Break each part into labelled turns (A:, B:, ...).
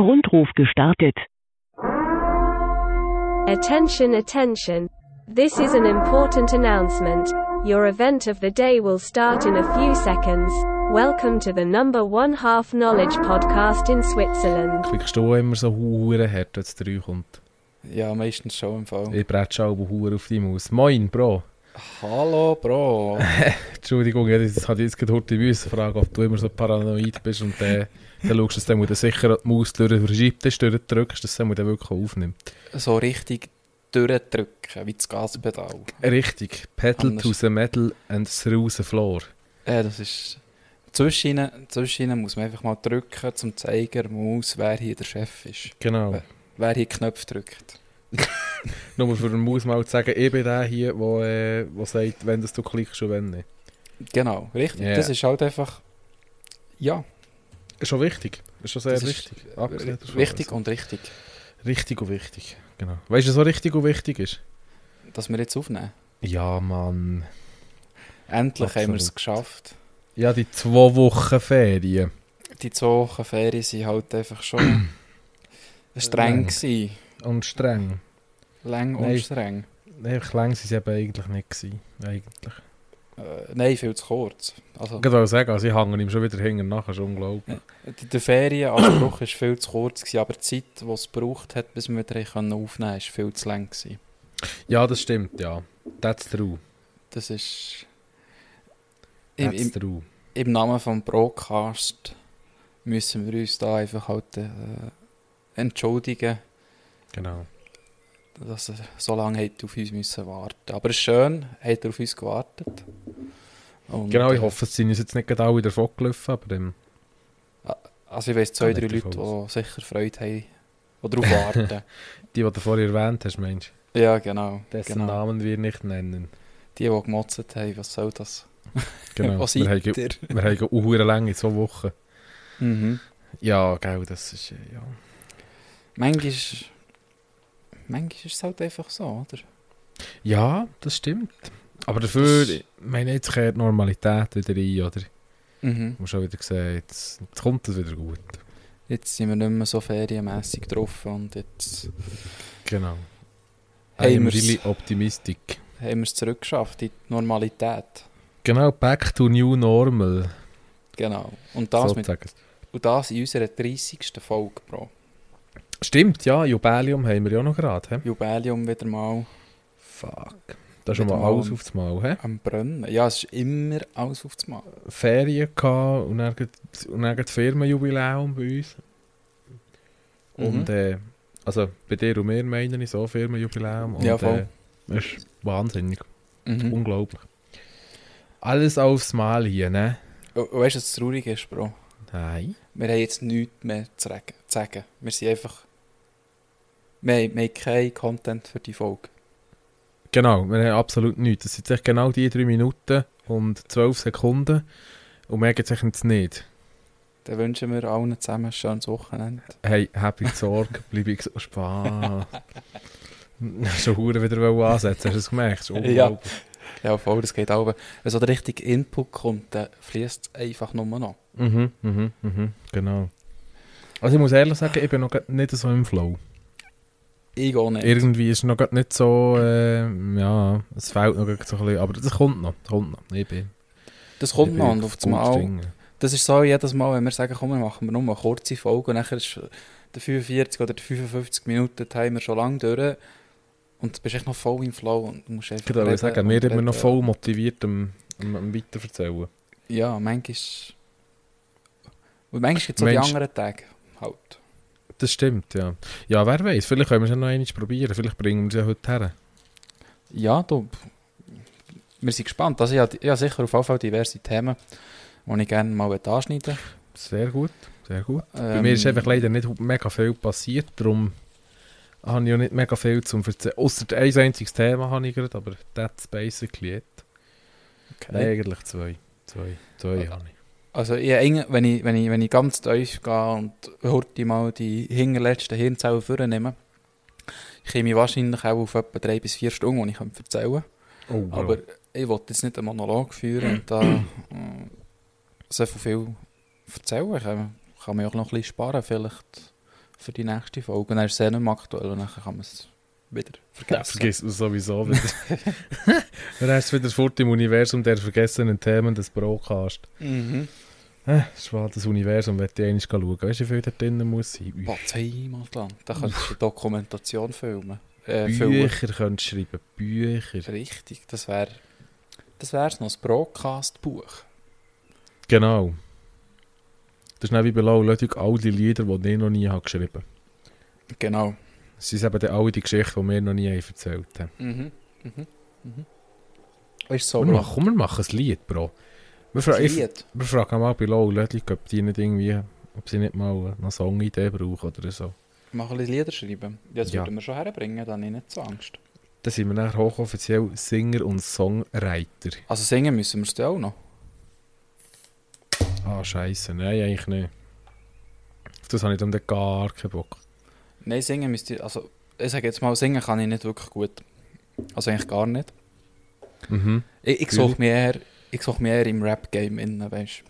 A: Rundruf gestartet.
B: Attention, attention. This is an important announcement. Your event of the day will start in a few seconds. Welcome to the number one half knowledge podcast in Switzerland.
C: Klickst du auch immer so Huren hart, wenn es drei kommt?
D: Ja, meistens schon im Fall.
C: Ich bretsche aber Huren auf die Maus. Moin, Bro.
D: Hallo, Bro.
C: Entschuldigung, ja, das hat jetzt gerade heute müssen fragen, ob du immer so paranoid bist und äh, dann schaust, dass der sicher die Maus durch den Verschiebtisch durchdrückst, dass der dann wirklich aufnimmt.
D: So richtig durchdrücken, wie das Gaspedal.
C: Richtig. Pedal
D: Anders.
C: to the metal and through the floor.
D: Äh, das ist... Zwischen ihnen, zwischen ihnen muss man einfach mal drücken, zum Zeiger, Maus, wer hier der Chef ist.
C: Genau.
D: Ja. Wer hier Knöpfe drückt.
C: Äh, Nur für den Maus mal zu sagen, ich bin der hier, der äh, wo sagt, wenn das du klickst und wenn nicht.
D: Genau, richtig.
C: Ja.
D: Das ist halt einfach... Ja,
C: Ist schon wichtig. Ist schon sehr
D: Das ist
C: wichtig. Absolut.
D: wichtig und richtig,
C: Richtig und wichtig. Genau. Weißt du, was so richtig und wichtig ist?
D: dass wir jetzt aufnehmen.
C: Ja, Mann.
D: Endlich haben wir es
C: Absolut.
D: geschafft.
C: Ja, die zwei Wochen Ferien.
D: Die zwei Wochen Ferien sind halt einfach schon streng
C: Lang.
D: gewesen.
C: Und streng.
D: Lang und
C: Nein.
D: streng.
C: Nein, lang waren sie eben eigentlich nicht. Gewesen. Eigentlich.
D: Äh, nein, viel zu kurz. Also,
C: Ich wollte sagen, also ich hänge ihm schon wieder hinten nach, ist unglaublich.
D: Die, die Ferienanspruch war viel zu kurz, gewesen, aber die Zeit, die es gebraucht hat, bis wir wieder haben können aufnehmen konnten, war viel zu lang. Gewesen.
C: Ja, das stimmt, ja. That's true.
D: Das ist. Im,
C: That's
D: im,
C: true.
D: Im Namen des Broadcast müssen wir uns da einfach halt äh, entschuldigen,
C: Genau.
D: dass ihr so lange habt auf uns müssen warten Aber es ist schön, habt ihr auf uns gewartet. Und,
C: Genau, ich
D: äh,
C: hoffe, es sind uns jetzt nicht gerade alle davon gelaufen, aber ähm,
D: Also, ich weiss zwei,
C: Kann
D: drei
C: nicht
D: Leute,
C: davon
D: die sicher Freude haben, die darauf warten.
C: die, die du vorher erwähnt hast, Mensch,
D: ja, genau.
C: dessen
D: genau.
C: Namen wir nicht nennen.
D: Die, die gemotzt haben, was soll das?
C: Genau.
D: Was
C: wir haben ge-
D: seid ihr?
C: wir haben eine hohe Länge, zwei Wochen.
D: Mhm.
C: Ja, genau, das ist, äh, ja.
D: Manchmal, manchmal ist es halt einfach so, oder?
C: Ja, das stimmt. Aber dafür,
D: Das-
C: ich meine, jetzt kehrt die Normalität wieder ein, oder?
D: Mhm.
C: Ich muss auch wieder sehen, jetzt, jetzt kommt es wieder gut.
D: Jetzt sind wir nicht mehr so ferienmässig drauf und jetzt
C: Genau.
D: Hey,
C: I am
D: wir's-
C: really optimistic.
D: haben wir es zurückgeschafft, in die Normalität.
C: Genau, back to new normal,
D: Genau. Und das, mit,
C: sozusagen.
D: und das in unserer 30. Folge, Bro.
C: Stimmt, ja, Jubiläum haben wir ja noch gerade. hä?
D: Jubiläum wieder mal
C: Fuck. Das ist schon
D: Wieder
C: mal
D: mal
C: alles
D: am-
C: aufs Mal. hä?
D: am Brennen. Ja, es ist immer alles aufs Mal.
C: Ferien gehabt und dann, grad- und dann grad Firmenjubiläum bei uns. Und
D: Mhm.
C: äh, also bei dir und mir meine ich so Firmenjubiläum. Und,
D: Ja, voll.
C: Äh, das ist wahnsinnig,
D: Mhm.
C: unglaublich. Alles aufs Mal hier, ne?
D: Und weißt du, was traurig ist, Bro?
C: Nein.
D: Wir haben jetzt nichts mehr zu reg- zu sagen. Wir sind einfach. Wir haben, wir haben keinen Content für die Folge.
C: Genau, wir haben absolut nichts. Das sind jetzt echt genau die 3 Minuten und 12 Sekunden. Und mehr gibt es jetzt nicht.
D: Dann wünschen wir allen zusammen ein schönes Wochenende.
C: Hey, hab ich Sorge, bleib ich so Spaß. Schon Huren wieder wollen ansetzen, hast du es gemerkt? Das ist
D: Ja.
C: unglaublich.
D: Ja, voll, das geht auch. Wenn so der richtige Input kommt, dann fließt es einfach nur noch.
C: Mhm, mhm, mhm, genau. Also ich muss ehrlich sagen, ich bin noch grad nicht so im Flow.
D: Ich auch nicht.
C: Irgendwie ist noch grad nicht so, äh, ja, es fehlt noch grad so ein bisschen, aber das kommt noch, das kommt noch. Ich bin,
D: das
C: ich
D: kommt
C: bin
D: noch und
C: auf
D: auf
C: gutem
D: einmal.
C: Ding.
D: Das ist so jedes Mal, wenn wir sagen, komm, wir machen wir nur eine kurze Folge und nachher ist der 45 oder die 55 Minuten die haben wir schon lange durch und du bist echt noch voll im Flow und du musst einfach
C: Ich würde
D: reden
C: sagen,
D: und
C: wir immer
D: reden.
C: noch voll motiviert am, am, am Weiterverzählen.
D: Ja, manchmal... Und manchmal gibt es auch die
C: Mensch-
D: anderen Tage halt.
C: Das stimmt, ja. Ja, wer weiß, vielleicht können wir es ja noch einmal probieren, vielleicht bringen wir es ja heute her.
D: Ja, du. Wir sind gespannt. Also, ich habe, ich habe sicher auf jeden Fall diverse Themen, die ich gerne mal anschneiden
C: Sehr gut, sehr gut.
D: möchte.
C: Bei
D: Ähm,
C: mir ist einfach leider nicht hu- mega viel passiert, darum habe ich ja nicht mega viel zum erzählen. Außer ein einziges Thema habe ich gerade, aber that's basically it.
D: okay.
C: Nein, eigentlich zwei. Zwei, zwei habe ich.
D: Also, ich, habe eigentlich- wenn, ich, wenn, ich, wenn ich ganz tief gehe und heute mal die hinterletzten Hirnzellen vornehme, komme ich wahrscheinlich auch auf etwa drei bis vier Stunden, die ich könnte erzählen könnte.
C: Oh,
D: Aber ich will jetzt nicht einen Monolog führen und da äh, so viel erzählen. Ich kann, kann man ja auch noch ein bisschen sparen. Vielleicht für die nächste Folge. Und dann ist es eh nicht mehr aktuell und dann kann man es wieder
C: Ja,
D: vergessen.
C: vergisst man sowieso wieder. Dann hast du wieder fort im Universum der vergessenen Themen des Broadcast.
D: Mhm.
C: Äh, schade, das Universum wird ich einmal schauen. Weißt du, wie viel da drinnen muss sein?
D: Boah, zweimal lang. Da kannst du eine Dokumentation filmen. Äh, filmen.
C: Bücher könntest du schreiben. Bücher.
D: Richtig, das wäre das wär's noch, das Broadcast-Buch.
C: Genau. Das ist nicht wie bei Lau Ludwig, all die Lieder, die ich noch nie habe geschrieben habe.
D: Genau.
C: Es sind eben dann alle die Geschichten, die wir noch nie haben erzählt haben.
D: Mhm. Mhm. Mhm. Ist so
C: Komm, wir machen, komm, wir machen ein Lied, Bro. Wir, fra ich,
D: Lied.
C: wir fragen mal bei Lau Ludwig, ob die nicht irgendwie, ob sie nicht mal äh, eine Songidee brauchen oder so.
D: Machen ein bisschen Lieder schreiben. Ja, Das
C: Ja.
D: würden wir schon herbringen, dann habe ich nicht so Angst.
C: Da sind wir nachher hochoffiziell Singer und Songwriter.
D: Also singen müssen wir es dann auch noch.
C: Ah, scheiße. Nein, eigentlich nicht. Auf das habe ich dann gar keinen Bock.
D: Nein, singen müsste ich, also ich sage jetzt mal, singen kann ich nicht wirklich gut. Also eigentlich gar nicht.
C: Mhm.
D: Ich, ich
C: Really?
D: suche mich eher, ich suche mich eher im Rap-Game innen, weißt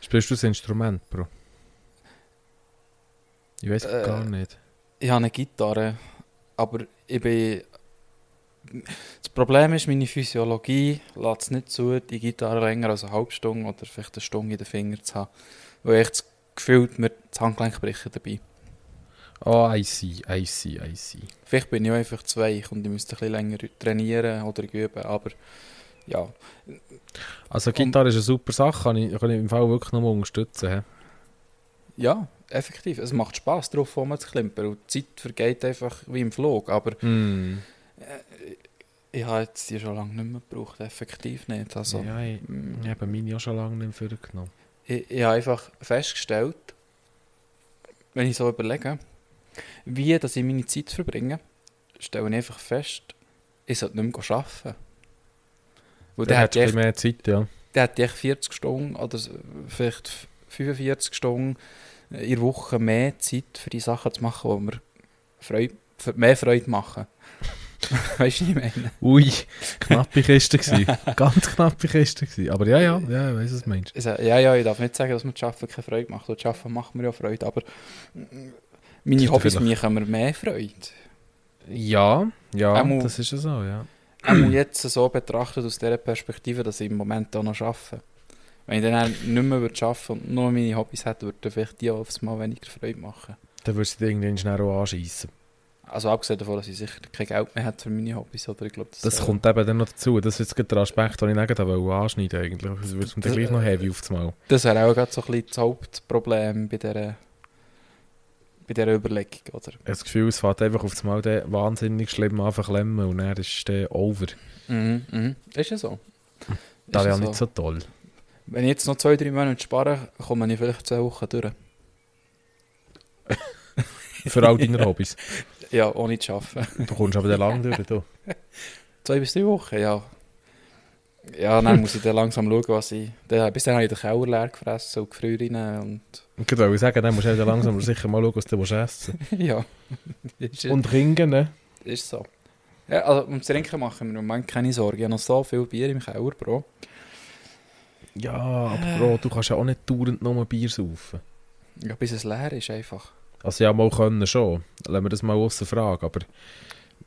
C: Spielst du das Instrument, Bro? Ich weiß
D: Äh.
C: gar nicht.
D: Ich habe eine Gitarre, aber ich bin... Das Problem ist, meine Physiologie lässt es nicht zu, die Gitarre länger als eine halbe Stunde oder vielleicht eine Stunde in den Fingern zu haben. Weil ich das Gefühl, mir das Handgelenk brechen dabei.
C: Ah, I see, I see, I see.
D: Vielleicht bin ich auch einfach zu weich und ich müsste ein bisschen länger trainieren oder üben, aber ja.
C: Also Gitarre ist eine super Sache, kann ich, kann ich im Fall wirklich nochmal unterstützen. He?
D: Ja, effektiv. Es macht Spass, drauf rumzuklimpern und die Zeit vergeht einfach wie im Flug, aber
C: Hm.
D: Mm. ich habe jetzt die schon lange nicht mehr gebraucht, effektiv nicht. Also,
C: Ja, ich,
D: mm,
C: ich habe meine auch schon lange nicht mehr vorgenommen.
D: Ich, ich habe einfach festgestellt, wenn ich so überlege, wie dass ich meine Zeit verbringe, stelle ich einfach fest, ich sollte nicht mehr arbeiten.
C: Dann
D: Weil dann hätte
C: hättest du
D: ich echt-
C: ein bisschen mehr Zeit, ja.
D: dann hätte ich echt 40 Stunden oder so- vielleicht f- 45 Stunden in der Woche mehr Zeit für die Sachen zu machen, die mir Freude, für- mehr Freude machen. weißt du, was ich meine?
C: Ui, knappe Kiste gewesen. Ganz knappe Kiste gewesen. Aber ja, ja, ja, ich weiss, was du meinst.
D: Ich sage, ja, ja, ich darf nicht sagen, dass mir das Arbeiten keine Freude macht. Und Das Arbeiten macht mir ja Freude, aber mm, meine
C: Das
D: Hobbys
C: natürlich.
D: machen mir mehr Freude.
C: Ja, ja,
D: Ähm,
C: das ist ja so, ja.
D: Auch jetzt so betrachtet aus dieser Perspektive, dass ich im Moment auch noch arbeite. Wenn ich dann auch nicht mehr würde arbeiten und nur meine Hobbys hätte, würde vielleicht die auch aufs Mal weniger Freude machen.
C: Dann würdest du dich irgendwann schnell auch anschiessen.
D: Also abgesehen davon, dass ich sicher kein Geld mehr hätte für meine Hobbys. Oder ich äh, glaube, das
C: Das kommt eben dann noch dazu. Das ist jetzt gerade der Aspekt, den ich nicht gerade wollte anschneiden eigentlich. Das wird mir dann
D: Das-
C: gleich noch heavy aufs Mal.
D: das wäre auch gerade so ein bisschen das Hauptproblem bei dieser, bei dieser Überlegung. Oder?
C: Ich habe Das Gefühl, es fährt einfach aufs Mal dann wahnsinnig schlimm an zu klemmen und dann ist der over.
D: Mhm, mhm. Ist ja so. Ist
C: Das
D: ja
C: wäre nicht so toll.
D: Wenn ich jetzt noch zwei, drei Monate spare, komme ich vielleicht zwei Wochen durch.
C: Für all deine Hobbys.
D: Ja, ohne zu arbeiten.
C: Du kommst aber dann lang durch. Du.
D: Zwei bis drei Wochen, ja. Ja, dann muss ich dann langsam schauen, was ich... Dann, bis dann habe ich den Keller leer gefressen und gefriert rein und...
C: Und gerade wollte ich sagen, dann musst du eben dann langsam aber sicher mal schauen, was du essen
D: ja. ist,
C: willst. Und trinken, ne?
D: ist so. Ja, also ums Trinken machen wir im Moment keine Sorge. Ich habe noch so viel Bier im Keller, Bro.
C: Ja, aber Bro, du kannst ja auch nicht dauernd nur Bier saufen.
D: Ja, bis es leer ist einfach.
C: Also ja, mal können schon. Lassen wir das mal aussen fragen, aber...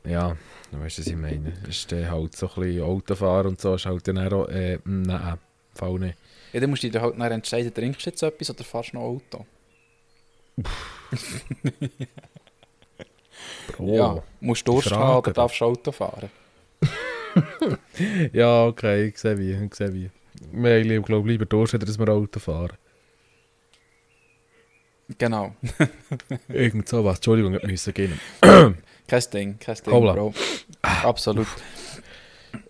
C: Ja, du weißt, was ich meine. Ist dann halt so ein bisschen Autofahren und so, ist halt dann auch... Äh, nein, Fall nicht.
D: Ja, dann musst du dir halt nachher entscheiden, trinkst du jetzt etwas oder fährst du noch Auto?
C: Bro.
D: Ja. Musst du Durst
C: Frage,
D: haben oder
C: oder?
D: darfst du Auto fahren?
C: Ja, okay, ich sehe wie, ich sehe wie. Wir haben, lieber- glaube ich, lieber Durst, als dass wir Auto fahren.
D: Genau.
C: Irgend sowas. Entschuldigung, ich müssen gehen.
D: Kein Ding, kein Ding,
C: Hoppla.
D: Bro. Absolut.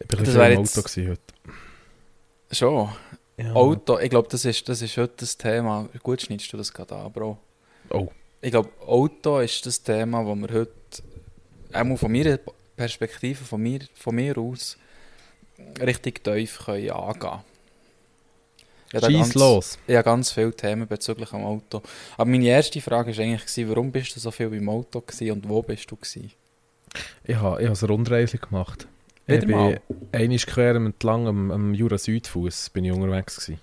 C: Ich bin ein
D: Das
C: bisschen
D: wär
C: im
D: jetzt-
C: Auto gewesen heute.
D: Schon.
C: Ja.
D: Auto, ich glaube, das ist, das ist heute das Thema. Gut schneidest du das gerade an, Bro.
C: Oh.
D: Ich glaube, Auto ist das Thema, das wir heute, einmal von meiner Perspektive, von mir, von mir aus, richtig tief können angehen können.
C: Scheiss los.
D: Ich habe ganz viele Themen bezüglich dem Auto. Aber meine erste Frage war eigentlich, gewesen, warum bist du so viel beim Auto gewesen und wo bist du? Gewesen?
C: Ich habe, ich habe eine Rundreise gemacht.
D: Wieder
C: ich bin
D: mal?
C: einmal quer entlang am, am Jura-Südfuss bin ich unterwegs gewesen.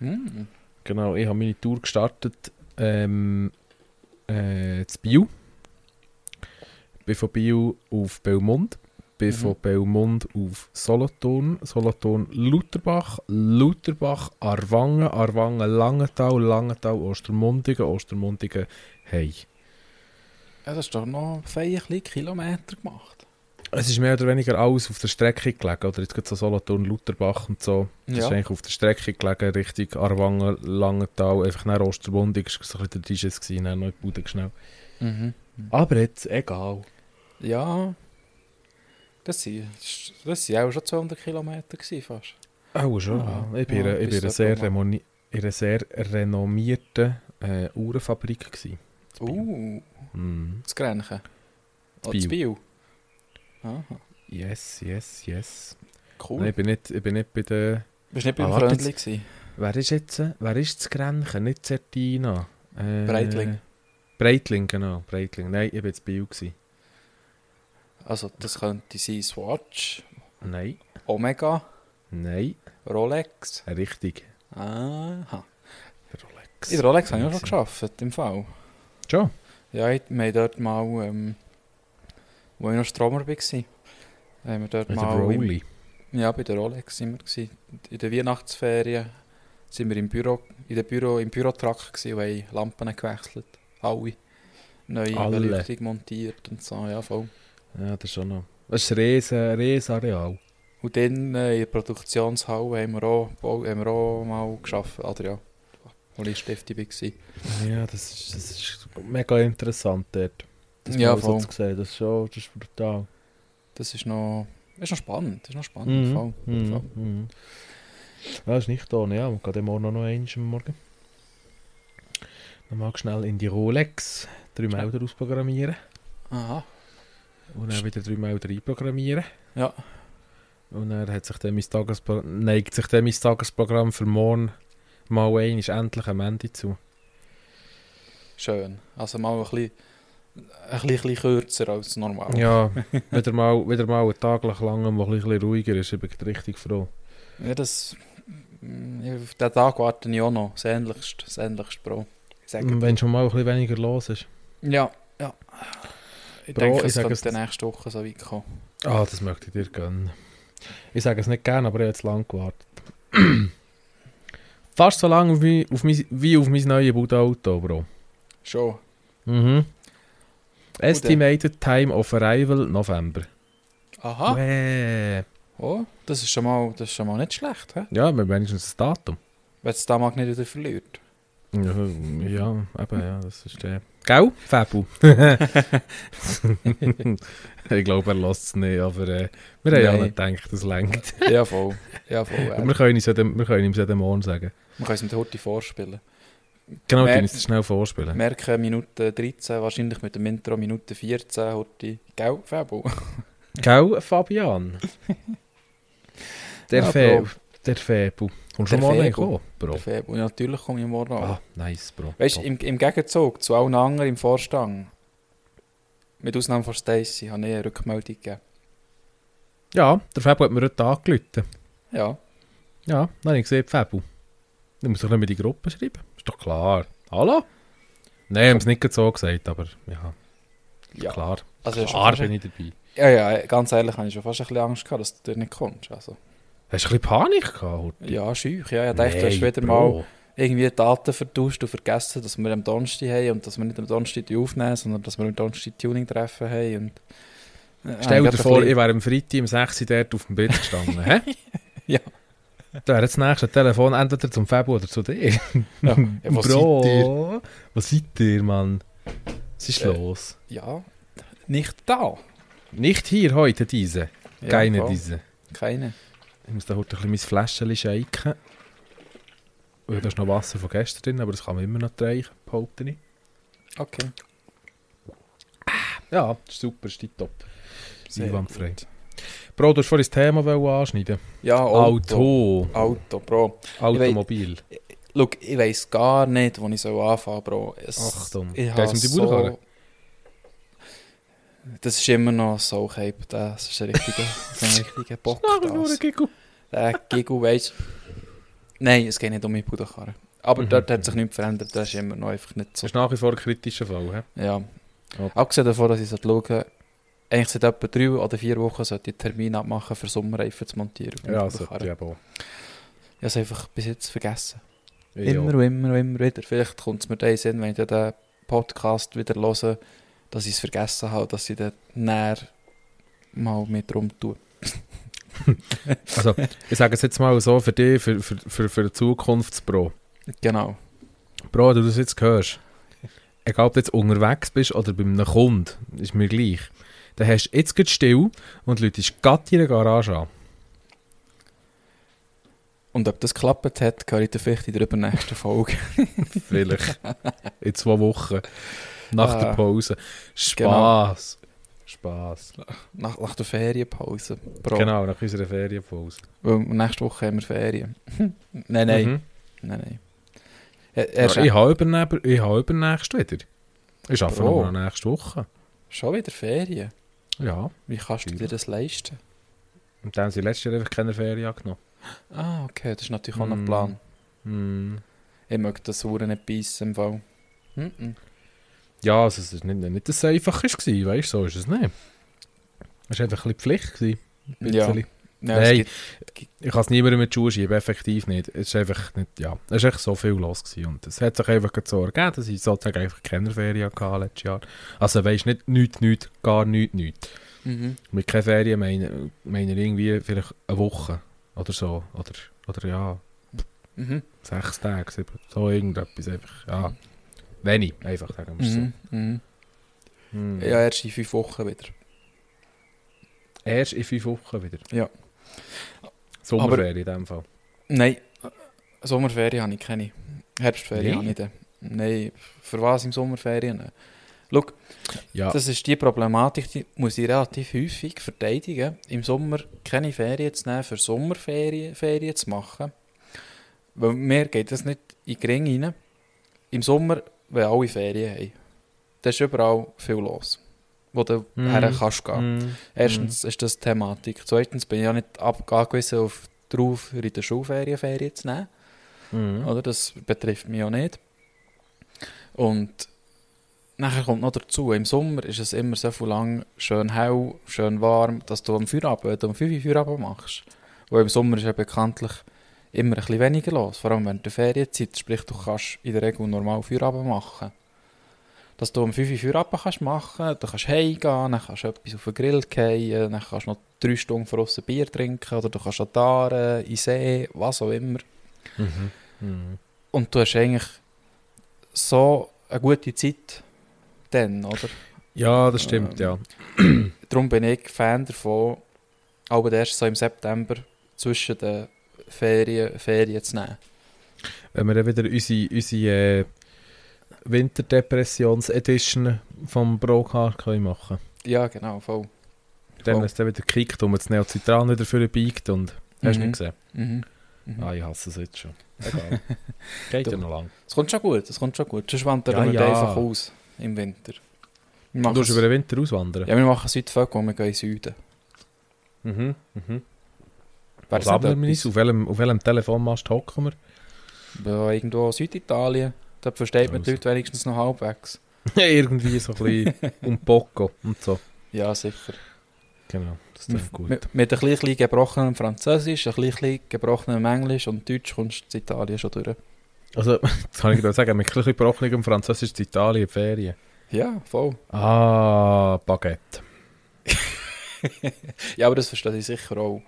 D: Hm.
C: Genau, ich habe meine Tour gestartet ähm, äh, zu Biel. Bin von Biel auf Belmond. Bin
D: Mhm.
C: von Belmond auf Solothurn. Solothurn Lutherbach. Lutherbach Arwangen. Arwangen Langenthal. Langenthal Ostermundigen. Ostermundigen Hey.
D: Ja, das ist doch noch fein ein bisschen Kilometer gemacht.
C: Es ist mehr oder weniger alles auf der Strecke gelegen. Oder jetzt geht so Solothurn, Lutherbach und so. Das
D: Ja.
C: ist eigentlich auf der Strecke gelegen, Richtung Arwangen, Langenthal. Einfach nach Ostermundig war so ein bisschen der Dishes, gewesen, dann noch in die Bude schnell.
D: Mhm.
C: Aber jetzt, egal.
D: Ja. Das sind, das sind auch schon 200 Kilometer gewesen, fast.
C: Auch schon.
D: Ah,
C: ja. Ich bin,
D: ja,
C: ich bin
D: bis
C: in einer
D: dort
C: sehr,
D: noch mal.
C: remoni- in einer sehr renommierten äh, Uhrenfabrik. Gewesen.
D: Uh,
C: Mhm.
D: zu Grenchen. Oh,
C: Biel.
D: zu Biel. Aha,
C: Yes, yes, yes.
D: Ah, cool.
C: Nein, ich, bin nicht, ich bin nicht bei den...
D: Bist du nicht beim
C: Ah, warte,
D: Freundli gewesen?
C: Wer ist jetzt? äh, Wer ist das Grenchen? Nicht Certina. Äh,
D: Breitling.
C: Breitling, genau. Breitling. Nein, ich war jetzt Biel. Gewesen.
D: Also, das könnte sein Swatch,
C: Nein.
D: Omega,
C: Nein.
D: Rolex. Ah,
C: Richtig.
D: Aha.
C: Rolex.
D: In Rolex habe ich auch schon gearbeitet, im Fall.
C: Schon?
D: Ja, ich, wir haben dort mal, ähm, wo ich noch Stromer war, haben wir dort
C: Mit dem
D: mal... im-
C: Rolli.
D: Ja, bei der Rolex sind wir. Gewesen. In der Weihnachtsferien sind wir im Büro, in der Büro, im Bürotrakt gewesen und haben Lampen gewechselt. Alle. Neue
C: Alle.
D: Beleuchtung montiert und so, ja voll.
C: Ja, das ist schon noch. Das ist ein riesen, riesen Areal.
D: Und dann äh, in der Produktionshalle haben wir auch, bau- haben wir auch mal geschafft, Adrian. Als ich Stiftung war.
C: Ja, das ist, das ist mega interessant dort. Das
D: Ja,
C: mal so
D: voll.
C: zu sehen, das ist schon das ist brutal.
D: Das ist noch, ist noch spannend. Das ist noch spannend. Voll. Voll.
C: Mhm. Mhm. Ja, das ist nicht ohne, ja. Wir gehen dann morgen noch eins am Morgen. Nochmal schnell in die Rolex. Drei Melder ausprogrammieren.
D: Aha.
C: Und dann wieder drei Melder einprogrammieren.
D: Ja.
C: Und dann hat sich dann mein Tagespro neigt sich dann mein Tagesprogramm für morgen mal ein, ist endlich am Ende zu.
D: Schön. Also mal ein bisschen, ein bisschen, bisschen kürzer als normal.
C: Ja, wieder mal, wieder mal einen Tag lang, der ein bisschen ruhiger ist, bin ich richtig froh.
D: Ja, das. mm, Auf den Tag warte ich auch noch. Das ähnlichst, das ähnlichst, Bro. Ich sage,
C: Wenn schon mal ein bisschen weniger los ist.
D: ja, ja. Ich
C: Bro, ich
D: denke, es
C: sag
D: könnte
C: es-
D: nächste Woche so weit kommen.
C: Ah, das möchte ich dir gönnen. Ich sage es nicht gerne, aber ich habe jetzt lange gewartet. Fast so lange auf mein, auf mein, wie nou auf mein neues Buddha-Auto, Bro.
D: Schon.
C: Mhm. Estimated Time of Arrival November.
D: Aha.
C: Wäh.
D: Oh, das ist schon mal, das ist schon mal nicht schlecht, hä?
C: Ja, wir haben wenigstens ein Datum.
D: Wenn es den Mag nicht wieder verliert.
C: Ja, ja, eben, ja, das ist der. Gell, Fabu? ich glaube, er lässt es nicht, aber äh, wir haben ja
D: Nein.
C: nicht gedacht, das längt.
D: ja, voll. Ja, voll. Ja.
C: Wir
D: Man
C: können es ja dem- wir können ihm es ja dem morgen sagen.
D: kann es mit Horti vorspielen.
C: Genau,
D: Mer-
C: du uns das schnell vorspielen.
D: Merken Minute 13, wahrscheinlich mit dem Intro Minute 14, Horti. Gell, Fabo?
C: Gell, Fabian? der
D: Ja,
C: Fe-
D: Bro.
C: Der Fabu. Kommst du
D: Der
C: mal
D: Fabu.
C: reinkommen, Bro?
D: Fabo. Ja, natürlich komme ich morgen an.
C: Ah, nice, Bro.
D: Weißt du,
C: Top.
D: im, im Gegenzug zu allen anderen im Vorstand, mit Ausnahme von Stacy, habe ich eine Rückmeldung gegeben.
C: ja, der Fabu hat mir heute angerufen.
D: Ja,
C: Ja, dann habe ich gesehen, Fabu. Du musst doch nicht mehr in die Gruppe schreiben. Ist doch klar. Hallo? Nein, haben es nicht gerade so gesagt, aber ja,
D: ja.
C: klar.
D: Also, ich
C: klar
D: hab
C: bin
D: schon
C: ich dabei.
D: fast, ja, ja, ganz ehrlich, habe ich schon fast ein bisschen Angst gehabt, dass du dort nicht kommst. Also,
C: Hast du ein bisschen Panik gehabt? Horti?
D: ja, schüch. Ja, ich dachte, du hast
C: Nein,
D: wieder mal
C: Bro.
D: irgendwie Daten vertauscht und vergessen, dass wir am Donnerstag haben und dass wir nicht am Donnerstag die aufnehmen, sondern dass wir am Donnerstag Tuning-Treffen haben. Und, Äh,
C: Stell
D: habe
C: dir
D: ich
C: vor,
D: gerade
C: ich
D: ein
C: wäre am Freitag um 6 Uhr dort auf dem Bild gestanden. hä?
D: Ja.
C: Da wäre das nächste Telefon entweder zum Fabu oder zu dir.
D: bisschen- Ja, ja, was seid
C: Bro, was seid ihr, Mann? Was ist
D: Äh,
C: los?
D: ihr? Ja, nicht da.
C: Nicht hier heute diese.
D: Ja,
C: Keine
D: voll.
C: diese.
D: Keine.
C: Ich muss da heute ein bisschen mein Fläschchen shaken. Oh, Da ist noch Wasser von gestern drin, aber das kann man immer noch trinken, behaupte ich.
D: Okay.
C: Ja, das ist super, ist top.
D: Sehr
C: Einwandfrei.
D: gut.
C: Bro, du hast vorhin das Thema wollen anschneiden.
D: Ja, oh, Auto.
C: Auto.
D: Auto, Bro.
C: Automobil.
D: Look, ich weiß gar nicht, wo ich soll anfangen soll, Bro. Es,
C: Achtung.
D: ich
C: Geht's um die Bulgaren?
D: Das ist immer noch so hype, das ist ein richtiger, so ein richtiger Bock.
C: Nachher
D: das.
C: nur ein Giggle.
D: Der Gigu weiss. Nein, es geht nicht um meine Bulgaren. Aber
C: Mhm.
D: dort hat sich nichts verändert, das ist immer noch einfach nicht so.
C: Das ist nach wie vor ein kritischer Fall. He?
D: Ja.
C: Ab-
D: Abgesehen davon, dass ich schauen sollte, eigentlich seit etwa drei oder vier Wochen sollte ich Termin abmachen, für Sommerreifen zu montieren. um
C: Ja,
D: Und
C: also,
D: ich habe
C: ja, boah.
D: es einfach bis jetzt vergessen.
C: Ja.
D: Immer und immer und immer wieder. Vielleicht kommt es mir dann in den Sinn, wenn ich dann den Podcast wieder höre, dass ich es vergessen habe, dass ich dann näher mal mit drum tue.
C: Also, ich sage es jetzt mal so für dich, für, für, für, für die Zukunftsbro.
D: Genau.
C: Bro, wenn du das jetzt hörst, egal ob du jetzt unterwegs bist oder bei einem Kunden, ist mir gleich. Dann hast du jetzt gerade still und läutest gerade deine Garage an.
D: Und ob das geklappt hat, höre ich dann vielleicht in der übernächsten Folge.
C: Vielleicht. In zwei Wochen. Nach
D: Ah.
C: der Pause. Spaß. Spaß.
D: Nach, nach der Ferienpause. Bro.
C: Genau, nach unserer Ferienpause.
D: Weil nächste Woche haben wir Ferien. nein, nein,
C: Mhm.
D: nein, nein. Er,
C: Ja,
D: er
C: ich habe übernächst ich habe übernächst wieder. Ich arbeite
D: Bro.
C: noch nächste Woche.
D: schon wieder Ferien.
C: Ja.
D: Wie kannst du dir das leisten?
C: Und dann haben sie letztes Jahr einfach keine Ferien genommen.
D: Ah, okay, das ist natürlich auch
C: Mm.
D: ein Plan.
C: Hm.
D: Ich möchte das Huren nicht beißen im Fall. Mhm.
C: Ja, also es ist nicht, nicht dass es einfach war, weißt du, so ist es nicht. Es war einfach ein bisschen die Pflicht. Gewesen, ein bisschen.
D: Ja, ja es
C: Nein.
D: gibt,
C: Ich kann es niemandem mit die Schuhe schieben, effektiv nicht. Es ist einfach nicht, ja, es ist echt so viel los gewesen. und es hat sich einfach gerade so ergeben, dass ich sozusagen einfach keine Ferien hatte letztes Jahr. Also weisst nicht nichts, nichts, gar nichts, nichts.
D: mhm.
C: Mit keine Ferien meine, meine ich irgendwie vielleicht eine Woche oder so, oder, oder ja,
D: Mhm.
C: sechs Tage, sieben, so irgendetwas einfach, ja. Wenig, einfach sagen wir es
D: Mhm. Mhm.
C: so. Hm.
D: Ja, erst in fünf Wochen wieder.
C: Erst in fünf Wochen wieder.
D: Ja.
C: Sommerferien in dem Fall.
D: Nein, Sommerferien habe ich keine. Herbstferien
C: Nee?
D: habe ich dann. Nein, für was im Sommerferien? Schau,
C: Ja,
D: Das ist dus die Problematik, die muss ich relativ häufig verteidigen, im Sommer keine Ferien zu nehmen, für Sommerferien Ferien zu machen. Weil mir geht das nicht in den Ring rein. Im Sommer, wenn alle Ferien haben, da ist überall viel los, wo du
C: Mhm.
D: her kannst gehen.
C: Mhm.
D: Erstens ist das die Thematik. Zweitens bin ich ja nicht ab- angewiesen auf darauf, in der Schulferien Ferien zu nehmen.
C: Mhm.
D: Oder? Das betrifft mich ja nicht. Und nachher kommt noch dazu, im Sommer ist es immer so viel lang schön hell, schön warm, dass du am Feierabend, wenn du um 5 Uhr Feierabend machst. Weil im Sommer ist ja bekanntlich immer ein bisschen weniger los, vor allem während der Ferienzeit, sprich du kannst in der Regel normal Feierabend machen. Dass du um 5 Uhr Feierabend kannst machen, dann kannst du heimgehen, dann kannst du etwas auf den Grill gehen, dann kannst du noch 3 Stunden vor uns ein Bier trinken oder du kannst an die Aare, in den See, was auch immer.
C: Mhm. Mhm.
D: Und du hast eigentlich so eine gute Zeit dann, oder?
C: Ja, das stimmt,
D: Ähm.
C: ja.
D: Darum bin ich Fan davon, aber erst so im September zwischen den Ferien, Ferien zu nehmen.
C: Wenn wir dann wieder unsere, unsere äh, Winterdepressions-Edition vom Broker können machen
D: Ja, genau, voll.
C: können. Dann,
D: Voll.
C: wenn es dann wieder gekickt und das Neocitran wieder für biegt und... Hast du nicht gesehen?
D: Mhm. Mhm.
C: Ah, ich hasse es jetzt schon. Egal. Geht ja
D: Doch.
C: noch lang.
D: Es kommt schon gut, es kommt schon gut. Sonst wandern
C: Ja,
D: wir
C: ja.
D: einfach aus im Winter. Wir
C: Du
D: machen
C: musst
D: es,
C: über den Winter auswandern.
D: ja, wir machen Südvögel und wir gehen in den Süden.
C: Mhm. Mhm.
D: Wäre
C: Was
D: das nicht
C: haben wir
D: etwas?
C: uns? Auf welchem, auf welchem Telefonmast hocken wir?
D: Ja, irgendwo in Süditalien. Da versteht man die
C: Also.
D: Leute wenigstens noch halbwegs.
C: Irgendwie so ein bisschen um Poco und so.
D: Ja, sicher.
C: Genau, das
D: Mit-
C: klingt gut.
D: Mit, mit ein bisschen gebrochenem Französisch, ein bisschen gebrochenem Englisch und Deutsch kommst du zu Italien schon durch.
C: Also, das kann ich dir sagen, mit ein bisschen gebrochenem Französisch in Italien, Ferien.
D: Ja, voll.
C: Ah, Baguette.
D: Ja, aber das verstehe ich sicher auch.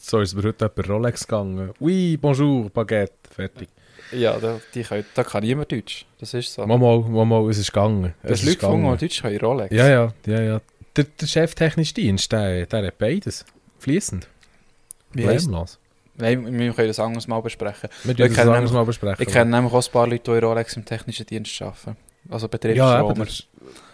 C: So ist mir heute jemand Rolex gegangen. Oui, bonjour, Baguette. Fertig.
D: Ja, da, die können, da kann niemand Deutsch. Das ist so.
C: Mal, mal, mal, mal, es ist gegangen. Es
D: Das ist Leute
C: ist
D: gefunden,
C: gegangen.
D: die Deutsch können in Rolex.
C: Ja, ja, ja, ja. Der, der cheftechnische Dienst, der, der hat beides. Fließend.
D: Wie heisst-
C: Problemlos.
D: Nein, wir können das anderes mal besprechen.
C: Wir dürfen das
D: kenne
C: anderes mal besprechen.
D: Ich kenne nämlich auch ein paar Leute, die in Rolex im technischen Dienst arbeiten. Also
C: ja, eben,
D: Betriebsstrom.
C: das,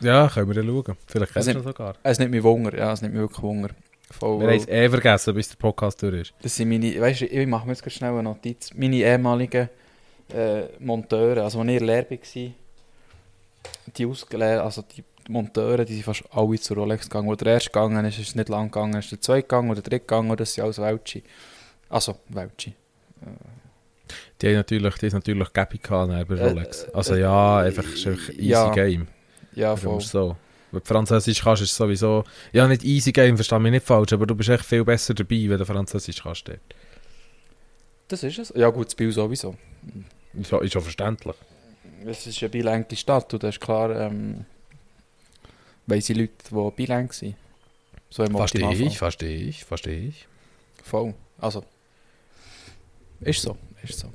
C: ja, können wir dann schauen. Vielleicht kennst
D: Also-
C: du ihn sogar.
D: es nimmt mich Wunder, ja, es nimmt mich wirklich Wunder. Voll,
C: Wir haben es eh vergessen, bis der Podcast durch ist.
D: Das sind meine, weißt du, ich mache mir jetzt gerade schnell eine Notiz. Meine ehemaligen äh, Monteure, also als ich in der Lehre war, die ausgelehrt, also die Monteure, die sind fast alle zu Rolex gegangen. Wo der erste gegangen ist, ist es nicht lang gegangen, ist der zweite gegangen oder der dritte gegangen, das sind alles Welchi. Also, Welchi.
C: Die haben natürlich, die ist natürlich gäbig gehabt nachher bei
D: Äh,
C: Rolex. Also
D: äh,
C: ja,
D: äh,
C: einfach, ist einfach easy
D: ja,
C: game.
D: Ja,
C: Also,
D: voll.
C: musst so. Wenn du Französisch kannst, ist es sowieso... Ja, nicht easy game, versteh mich nicht falsch, aber du bist echt viel besser dabei, wenn du Französisch kannst. Dort.
D: Das ist es. Ja gut, das Biel sowieso.
C: Ist ja- ist ja verständlich.
D: Es ist eine bilenkte Stadt und das ist klar, ähm, weiss ich Leute, die bilenk sind. So im
C: Verstehe
D: Optimalfall.
C: ich, verstehe ich, verstehe ich.
D: Voll. Also, ist so, ist so.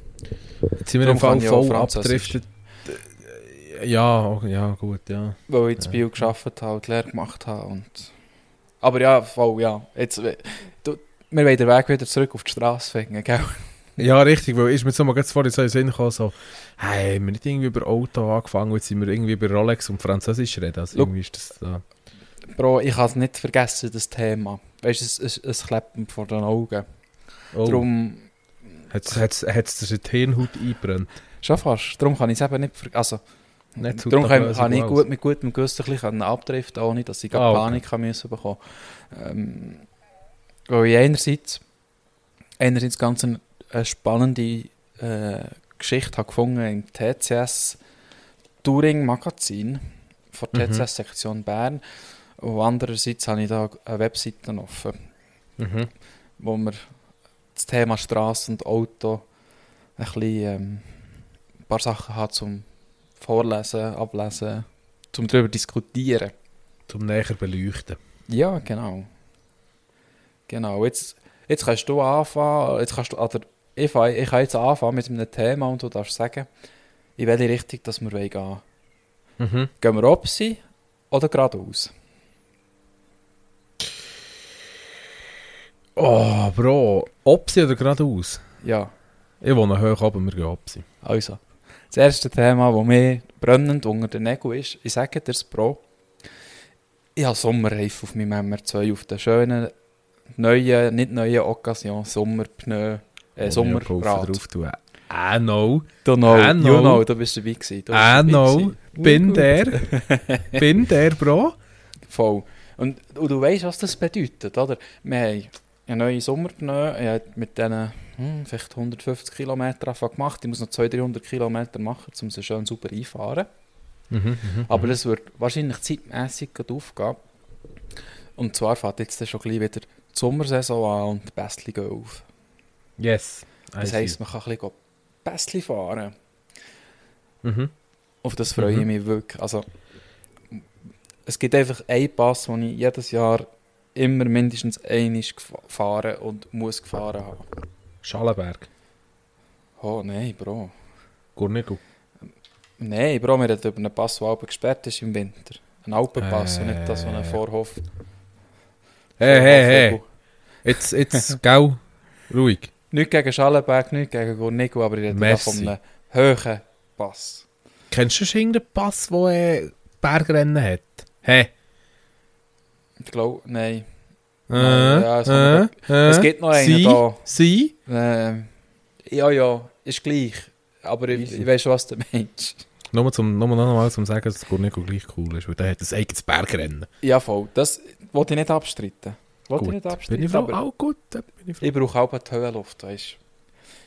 C: Jetzt sind wir
D: Darum
C: im Fall
D: kann ich auch
C: voll
D: Französisch.
C: abgedriftet. Ja, okay, ja, gut, ja.
D: Weil ich das
C: Ja.
D: Bio gearbeitet habe und die Lehre gemacht habe. Und... Aber ja, voll, ja. Jetzt, äh, du, wir wollen den Weg wieder zurück auf die Straße finden, gell?
C: Ja, richtig, weil ist mir so mal ganz vorhin so in den Sinn gekommen, so, hey, haben wir nicht irgendwie über Auto angefangen, jetzt sind wir irgendwie über Rolex und Französisch reden, also
D: Look.
C: irgendwie ist das da.
D: Bro, ich kann es nicht vergessen, das Thema. Weißt du, es, es, es klebt mir vor den Augen.
C: Oh,
D: Drum,
C: hat's, hat's, hat's dir die Hirnhaut eingebrannt?
D: schon fast. Darum kann ich es eben nicht vergessen. Also,
C: Nicht zu
D: Darum kann,
C: tabellös
D: kann ich
C: raus.
D: gut mit gutem Gewissen ein bisschen abdriften, ohne dass ich
C: Ah,
D: ah,
C: okay.
D: Panik haben müssen bekommen ähm, Weil ich einerseits, einerseits ganz eine, eine spannende äh, Geschichte habe gefunden im TCS Touring Magazin von
C: Mhm.
D: TCS Sektion Bern. Und andererseits habe ich da eine Webseite offen,
C: Mhm.
D: wo wir das Thema Straße und Auto ein, bisschen, ähm, ein paar Sachen hat zum Vorlesen, Ablesen, zum darüber diskutieren.
C: Zum näher beleuchten.
D: Ja, genau. Genau, jetzt, jetzt kannst du anfangen, jetzt kannst du, oder ich, fa- ich kann jetzt anfangen mit einem Thema und du darfst sagen, in welche Richtung dass wir wollen gehen wollen.
C: Mhm.
D: Gehen wir opsi oder geradeaus?
C: Oh, Bro, Opsi oder geradeaus?
D: Ja,
C: Ich wohne hoch oben, wir gehen Opsi.
D: also. Das erste Thema, das mir brennend unter den Nägeln ist, ich sage dir es pro, ich habe Sommerreifen auf meinem MR2 auf den schönen, neuen, nicht neuen Occasion, Sommerpneu,
C: Oh, Eh,
D: äh, Sommerrad.
C: drauf tun. Ah, no.
D: Du know,
C: I know.
D: you know, du bist dabei gewesen. Du bist
C: I
D: dabei
C: know.
D: gewesen.
C: Bin
D: Gut.
C: der. Bin der, Bro.
D: Voll. Und, und du weißt, was das bedeutet, oder? Wir haben eine neue Sommerpneu, ich habe mit diesen hm, vielleicht 150 Kilometer angefangen gemacht. Ich muss noch 200, 300 Kilometer machen, um sie schön super einfahren.
C: Mhm, mhm.
D: Aber das wird wahrscheinlich zeitmässig gerade aufgehen. Und zwar fährt jetzt dann schon gleich wieder die Sommersaison an und die Bästchen gehen auf.
C: Yes. I
D: Das
C: see.
D: heisst, man kann ein bisschen Bästchen fahren.
C: Mhm.
D: Auf das freue
C: Mhm.
D: ich mich wirklich. Also, es gibt einfach einen Pass, den ich jedes Jahr immer mindestens einmal gef- fahren und muss gefahren haben.
C: Schallenberg.
D: Oh nein, Bro.
C: Gurnigel.
D: Nein, Bro, wir reden über einen Pass, der Alpen gesperrt ist im Winter. Ein Alpenpass und nicht das, was ein
C: Äh.
D: Vorhof...
C: Hey, hey, hey.
D: Vorhof-
C: Jetzt, jetzt, gell? Ruhig.
D: Nicht gegen Schallenberg, nicht gegen Gornico, aber ich rede da
C: Merci.
D: von einem hohen Pass.
C: Kennst du schon irgendeinen Pass, der äh, Bergrennen hat? Hä?
D: Ich glaube, nein.
C: Äh,
D: Nein, ja, es
C: äh, äh,
D: es gibt noch einen
C: Sie?
D: da.
C: Sie?
D: Ähm, ja, ja, ist gleich. Aber ich,
C: Easy.
D: ich weiß schon, was du meinst.
C: Nur, zum, nur noch mal zum sagen, dass Gurnigel gleich cool ist, weil der hat ein eigenes Bergrennen.
D: Ja, voll. Das wollte ich nicht abstreiten. Wollte ich
C: Gut.
D: nicht
C: Bin
D: abstreiten.
C: ich
D: Ich,
C: froh?
D: aber
C: Auch gut, dann bin ich froh.
D: ich brauche auch die Höhenluft, weißt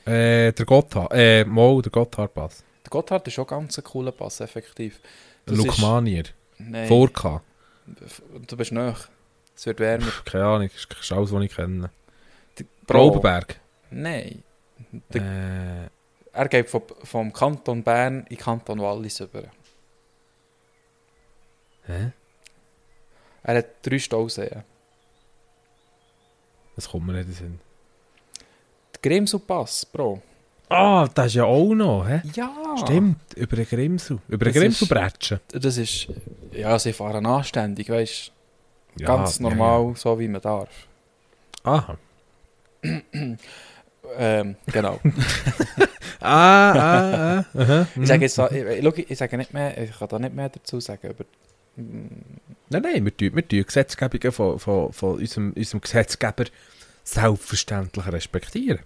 D: du.
C: Äh, der Gotthard. Äh, Mo, der Gotthard-Pass.
D: Der Gotthard ist schon ganz ein cooler Pass, effektiv. Das ist-
C: Lukmanier.
D: Nein,
C: Vorka.
D: du bist nöch. Es wird wärmer.
C: Keine Ahnung, das ist alles, was ich kenne.
D: Die-
C: Glaubenberg.
D: Nein.
C: Äh,
D: Er geht vom, vom Kanton Bern in den Kanton Wallis über.
C: hä?
D: Er hat drei Stauseen.
C: Das kommt mir nicht in den Sinn.
D: Der Grimsel Pass, Bro.
C: Ah, das ist ja auch noch, hä?
D: Ja.
C: Stimmt, über den Grimsel. Über den
D: Das
C: Grimsel
D: ist-
C: bretschen.
D: Das ist... Ja, sie fahren anständig, weißt du. Ganz
C: Ja, ja,
D: normal, so wie man darf.
C: ja. Aha.
D: Ähm, genau.
C: Ah, ah, ah. aha, mhm.
D: Ich sage, jetzt, da- ich, ich, schau, ich sage nicht mehr, ich kann da nicht mehr dazu sagen, aber mm,
C: Nein, nein, wir tun, wir tun Gesetzgebungen von, von, von unserem, unserem Gesetzgeber selbstverständlich respektieren.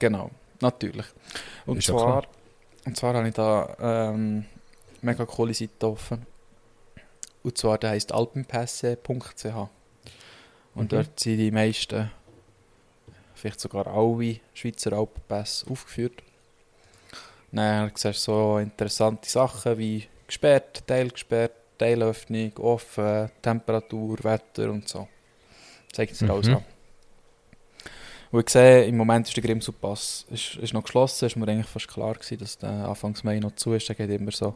D: genau, natürlich. Und
C: Ist ja
D: zwar, und zwar habe ich da ähm, mega coole Seite offen. Und zwar, der heisst alpenpässe.ch. Und
C: Mhm.
D: dort sind die meisten, vielleicht sogar alle Schweizer Alpenpässe aufgeführt. Dann siehst du so interessante Sachen wie gesperrt, teilgesperrt, Teilöffnung, offen, Temperatur, Wetter und so. Zeigt dir alles
C: Mhm.
D: an. Und ich sehe, im Moment ist der Grimsel-Pass ist, ist noch geschlossen. Es war mir eigentlich fast klar, gewesen, dass der Anfangs Mai noch zu ist. Der geht immer so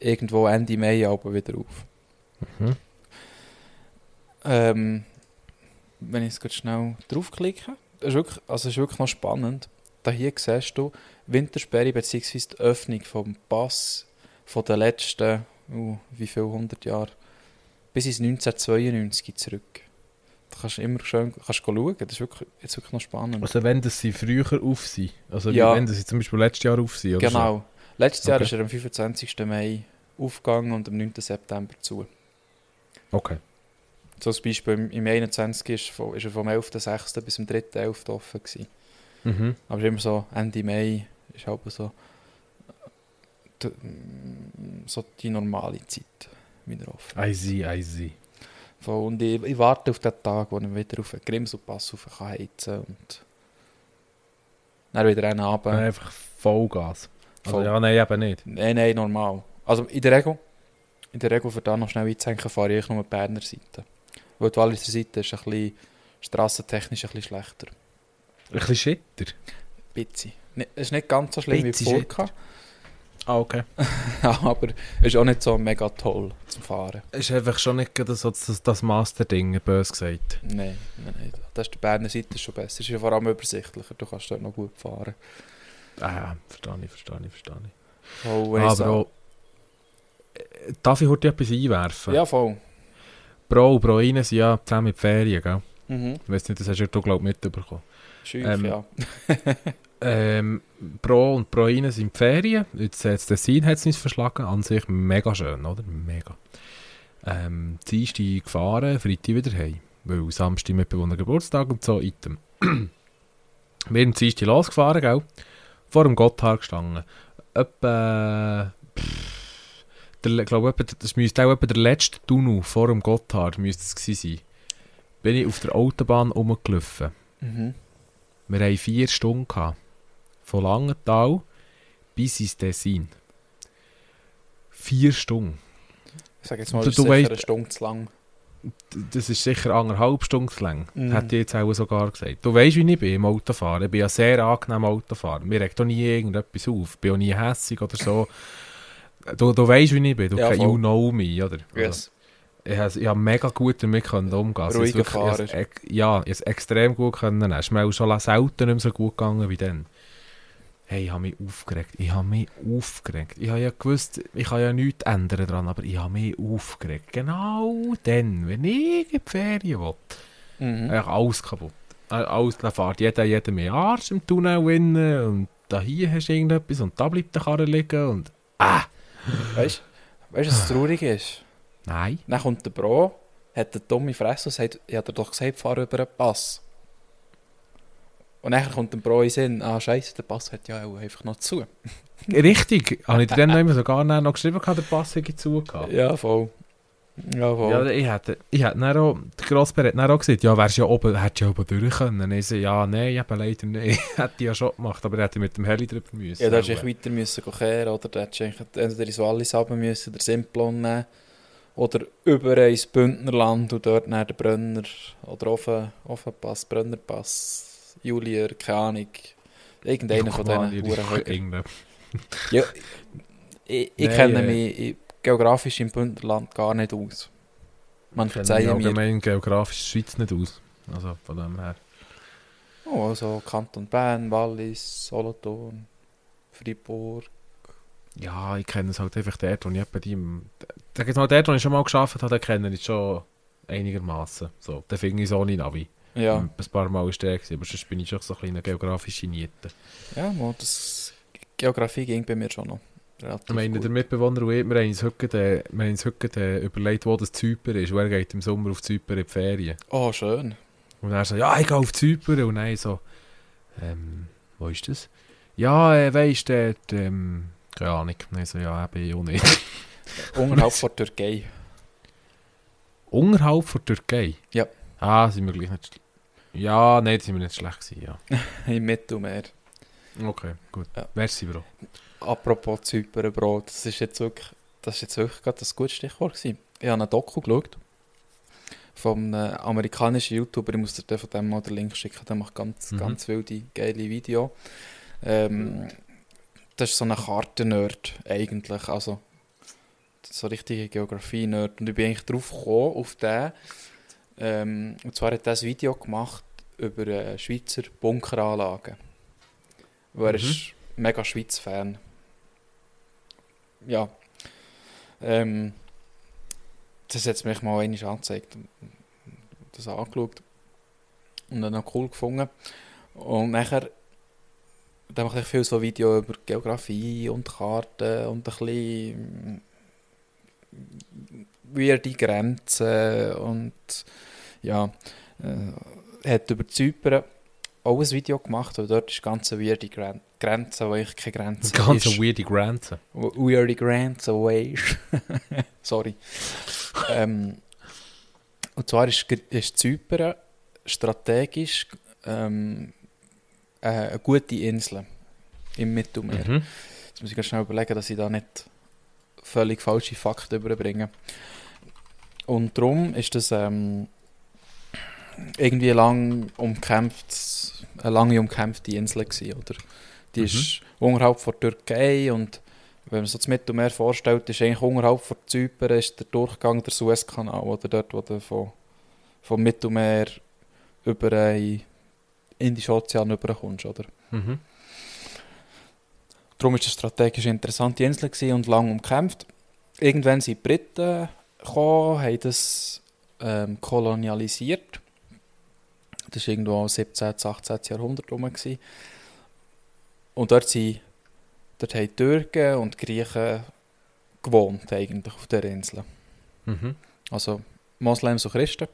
D: irgendwo Ende Mai aber wieder auf.
C: Mhm.
D: Ähm, wenn ich jetzt gerade schnell draufklicke, das ist wirklich, also es ist wirklich noch spannend. Da hier siehst du Wintersperre bzw. die Öffnung vom Pass von den letzten, uh, wie viel, 100 Jahre, bis ins 1992 zurück. Da kannst du immer schön kannst schauen, das ist wirklich, jetzt wirklich noch spannend.
C: Also wenn das sie früher auf sind. Also wie
D: Ja.
C: wenn das sie zum Beispiel letztes Jahr auf sind. Oder
D: Genau. Letztes Jahr
C: Okay.
D: ist er am 25. Mai aufgegangen und am 9. September zu.
C: So. Okay.
D: Zum Beispiel im- im 21. ist von- ist er vom 11.06. bis zum 3.11. offen gewesen.
C: Mhm.
D: Aber es ist immer so Ende Mai ist halt so, die- mm, so die normale Zeit wieder offen.
C: I see, I see.
D: Voll. Und ich, ich warte auf den Tag, wo ich wieder auf den Grimselpass rauf kann heizen und dann wieder einen
C: Dann
D: Abend.
C: einfach Vollgas. Also,
D: Voll.
C: ja, nein, eben nicht.
D: Nein, nein, normal. Also in der Regel, in der Regel für da noch schnell einzuhängen, fahre ich eigentlich nur die Berner Seite. Weil die Walliser Seite ist ein bisschen strassentechnisch ein bisschen schlechter.
C: Ein bisschen schitter.
D: Bitzi. Es ist nicht ganz so schlimm
C: Bitzi
D: wie Furka,
C: Ah, okay.
D: aber es ist auch nicht so mega toll zum Fahren.
C: Ist einfach schon nicht gerade so das, das Master-Ding, bös gesagt.
D: Nein, nein, nein. Das ist die Berner Seite schon besser. Es ist ja vor allem übersichtlicher. Du kannst dort noch gut fahren.
C: Ah, verstehe ich, verstehe ich, verstehe ich.
D: Voll, wenn
C: Ah,
D: ich
C: Aber
D: sag-
C: auch, äh, darf ich heute etwas einwerfen?
D: Ja, voll.
C: Bro, Bro, rein sind ja zusammen in die Ferien, gell?
D: Mhm.
C: Ich weiß nicht, das hast du, glaube ich, mitbekommen.
D: Schief,
C: Ähm,
D: ja.
C: Ähm, Pro und Pro rein sind in die Ferien. Jetzt hat der Sein hat's nicht verschlagen. An sich mega schön, oder? Mega. Ähm, Dienstag gefahren, Freitag wieder heim. Weil Samstag mit Bewohner Geburtstag und so, item. Wir sind Dienstag losgefahren, gell? Vor dem Gotthard gestanden. Etwa... pff, der le- glaub, etwa- Das müsste auch etwa der letzte Tunnel vor dem Gotthard müsste es gewesen sein. Bin ich auf der Autobahn rumgelaufen.
D: Mhm.
C: Wir hatten vier Stunden. Gehabt. Von Langenthal bis ins Tessin. Vier Stunden.
D: Ich sag jetzt mal,
C: Du-
D: es ist
C: du
D: sicher
C: weißt-
D: eine Stunde zu lang.
C: D- Das ist sicher anderthalb Stunden zu lang.
D: Mhm.
C: Hätte ich jetzt auch sogar gesagt. Du weißt, wie ich bin im Autofahren. Ich bin ja sehr angenehm Autofahren. Mir regt auch nie irgendetwas auf. Ich bin auch nie hässig oder so. Du, du weißt, wie ich bin. Du
D: Ja,
C: kennst you
D: voll.
C: know me, oder?
D: Yes.
C: ich habe ich hab mega gut damit können umgehen. Also
D: Ruhiger
C: es wirklich-
D: Fahrer.
C: es ex- Ja, ich habe extrem gut können. nehmen. Es ist mir auch schon selten nicht mehr so gut gegangen wie dann. Hey, ich habe mich aufgeregt. Ich habe mich aufgeregt. Ich habe ja gewusst, ich kann ja nichts ändern dran, aber ich habe mich aufgeregt. Genau dann, wenn ich in die Ferien will,
D: Mhm.
C: eigentlich alles kaputt. Äh, Alles fährt jeder, jeder mehr Arsch im Tunnel innen und da hier hast du irgendetwas und da bleibt der Karre liegen und
D: Weißt du, weißt, du, was traurig ist?
C: nein.
D: Dann kommt der Bro, hat eine dumme Fresse und sagt, ich habe dir doch gesagt, fahr über den Pass. Und dann kommt dem Bro in den Sinn, ah scheiße, der Pass hat ja auch einfach noch zu.
C: Richtig, habe ich dir dann noch immer sogar nachher noch geschrieben, gehabt, der Pass hätte zugehabt.
D: Ja, voll. Ja, voll.
C: Ja, ich hätte, ich hätte dann auch, der Grossbär hat dann auch gesagt, ja, wärst ja oben, hättest ja oben durch können. Dann ich so, ja, nein, eben leider nicht. hätte ich ja schon gemacht, aber hätte ich mit dem Heli drüber müssen.
D: Ja, da hättest du weiter müssen gehen kehren oder da hättest du eigentlich entweder ins Wallis haben müssen, den Simplon nehmen oder über ins Bündnerland und dort nach den Brönner oder Offen, Offenpass, Brönnerpass, Julier, keine Ahnung. Irgendeiner von diesen Hurenhöckern.
C: Huren.
D: Ja, ich, ich
C: Nein,
D: kenne
C: äh,
D: mich ich, geografisch im Bündnerland gar nicht aus. Man
C: Ich kenne mich
D: verzeihe mir.
C: allgemein geografisch die Schweiz nicht aus. Also von dem her.
D: Oh, also Kanton Bern, Wallis, Solothurn, Fribourg.
C: Ja, ich kenne es halt einfach dort, wo ich bei dem, da gibt halt dort, wo ich schon mal geschafft habe, den kenne ich schon einigermaßen. So, den finde ich so ohne Navi.
D: Ja,
C: Ein paar Mal ist der gewesen, aber sonst bin ich schon so ein kleiner geografischer Niete.
D: ja mo, das Geografie ging bei mir schon noch. Relativ
C: Ich meine,
D: gut.
C: der Mitbewohner und ich, wir haben uns heute, äh, wir haben uns heute äh, überlegt, wo das Zypern ist. Und er geht im Sommer auf Zypern in die Ferien.
D: Oh, schön.
C: Und er so, ja, ich gehe auf Zypern. Und dann so, ähm, wo ist das? Ja, äh, weisst du, dort, ähm, keine Ahnung. Und ich so, ja, eben, ich auch nicht.
D: Unterhalb von Türkei.
C: Unterhalb von Türkei?
D: Ja.
C: Ah, sind wir gleich nicht schl- Ja, nein, da sind wir nicht schlecht gewesen, ja.
D: Im Mittelmeer.
C: Okay, gut.
D: Ja.
C: Merci, Bro.
D: Apropos Zypernbrot, das ist jetzt wirklich, das ist jetzt wirklich gerade das gute Stichwort gewesen. Ich habe eine Doku geschaut vom einem amerikanischen YouTuber, ich muss dir den von dem mal den Link schicken, der macht ganz,
C: Mhm.
D: ganz wilde, geile Videos. Ähm, das ist so ein Kartennerd eigentlich, also so richtige Geografie-Nerd. Und ich bin eigentlich drauf gekommen, auf den, ähm, und zwar hat er ein Video gemacht über äh, Schweizer Bunkeranlagen. Weil er
C: Mhm.
D: ist mega Schweiz-Fan. Ja. Ähm, das hat mich mal einmal angezeigt und das angeschaut und dann auch cool gefunden. Und nachher dann mache ich viel so Videos über Geografie und Karten und ein bisschen mm, weirde Grenzen und ja, äh, hat über Zypern auch ein Video gemacht, weil dort ist ganz eine weirde Gren Grenze, wo ich keine
C: Das
D: Grenze
C: ganze
D: ist.
C: weirde Grenzen.
D: Weary Grants away. Sorry. ähm, und zwar ist, gr- ist Zypern strategisch ähm, äh, eine gute Insel im Mittelmeer.
C: Mhm.
D: Jetzt muss ich ganz schnell überlegen, dass ich da nicht völlig falsche Fakten überbringe. Und darum ist das ähm, irgendwie lang umkämpft, eine lange umkämpfte Insel gewesen, oder? Die
C: Mhm.
D: ist unterhalb von Türkei und wenn man sich das Mittelmeer vorstellt, ist eigentlich unterhalb von Zypern ist der Durchgang der Suezkanal, oder dort, wo du von, vom Mittelmeer über den Indischen Ozean überkommst, oder?
C: Mhm.
D: Darum war es strategisch eine interessante Insel gewesen und lang umkämpft. Irgendwann sind die Briten gekommen, haben das ähm, kolonialisiert. Das war irgendwo im 17. 18. Jahrhundert rum. gewesen. Und dort, sind, dort haben die Türken und die Griechen gewohnt, eigentlich, auf dieser Insel.
C: Mhm.
D: Also Moslems und Christen.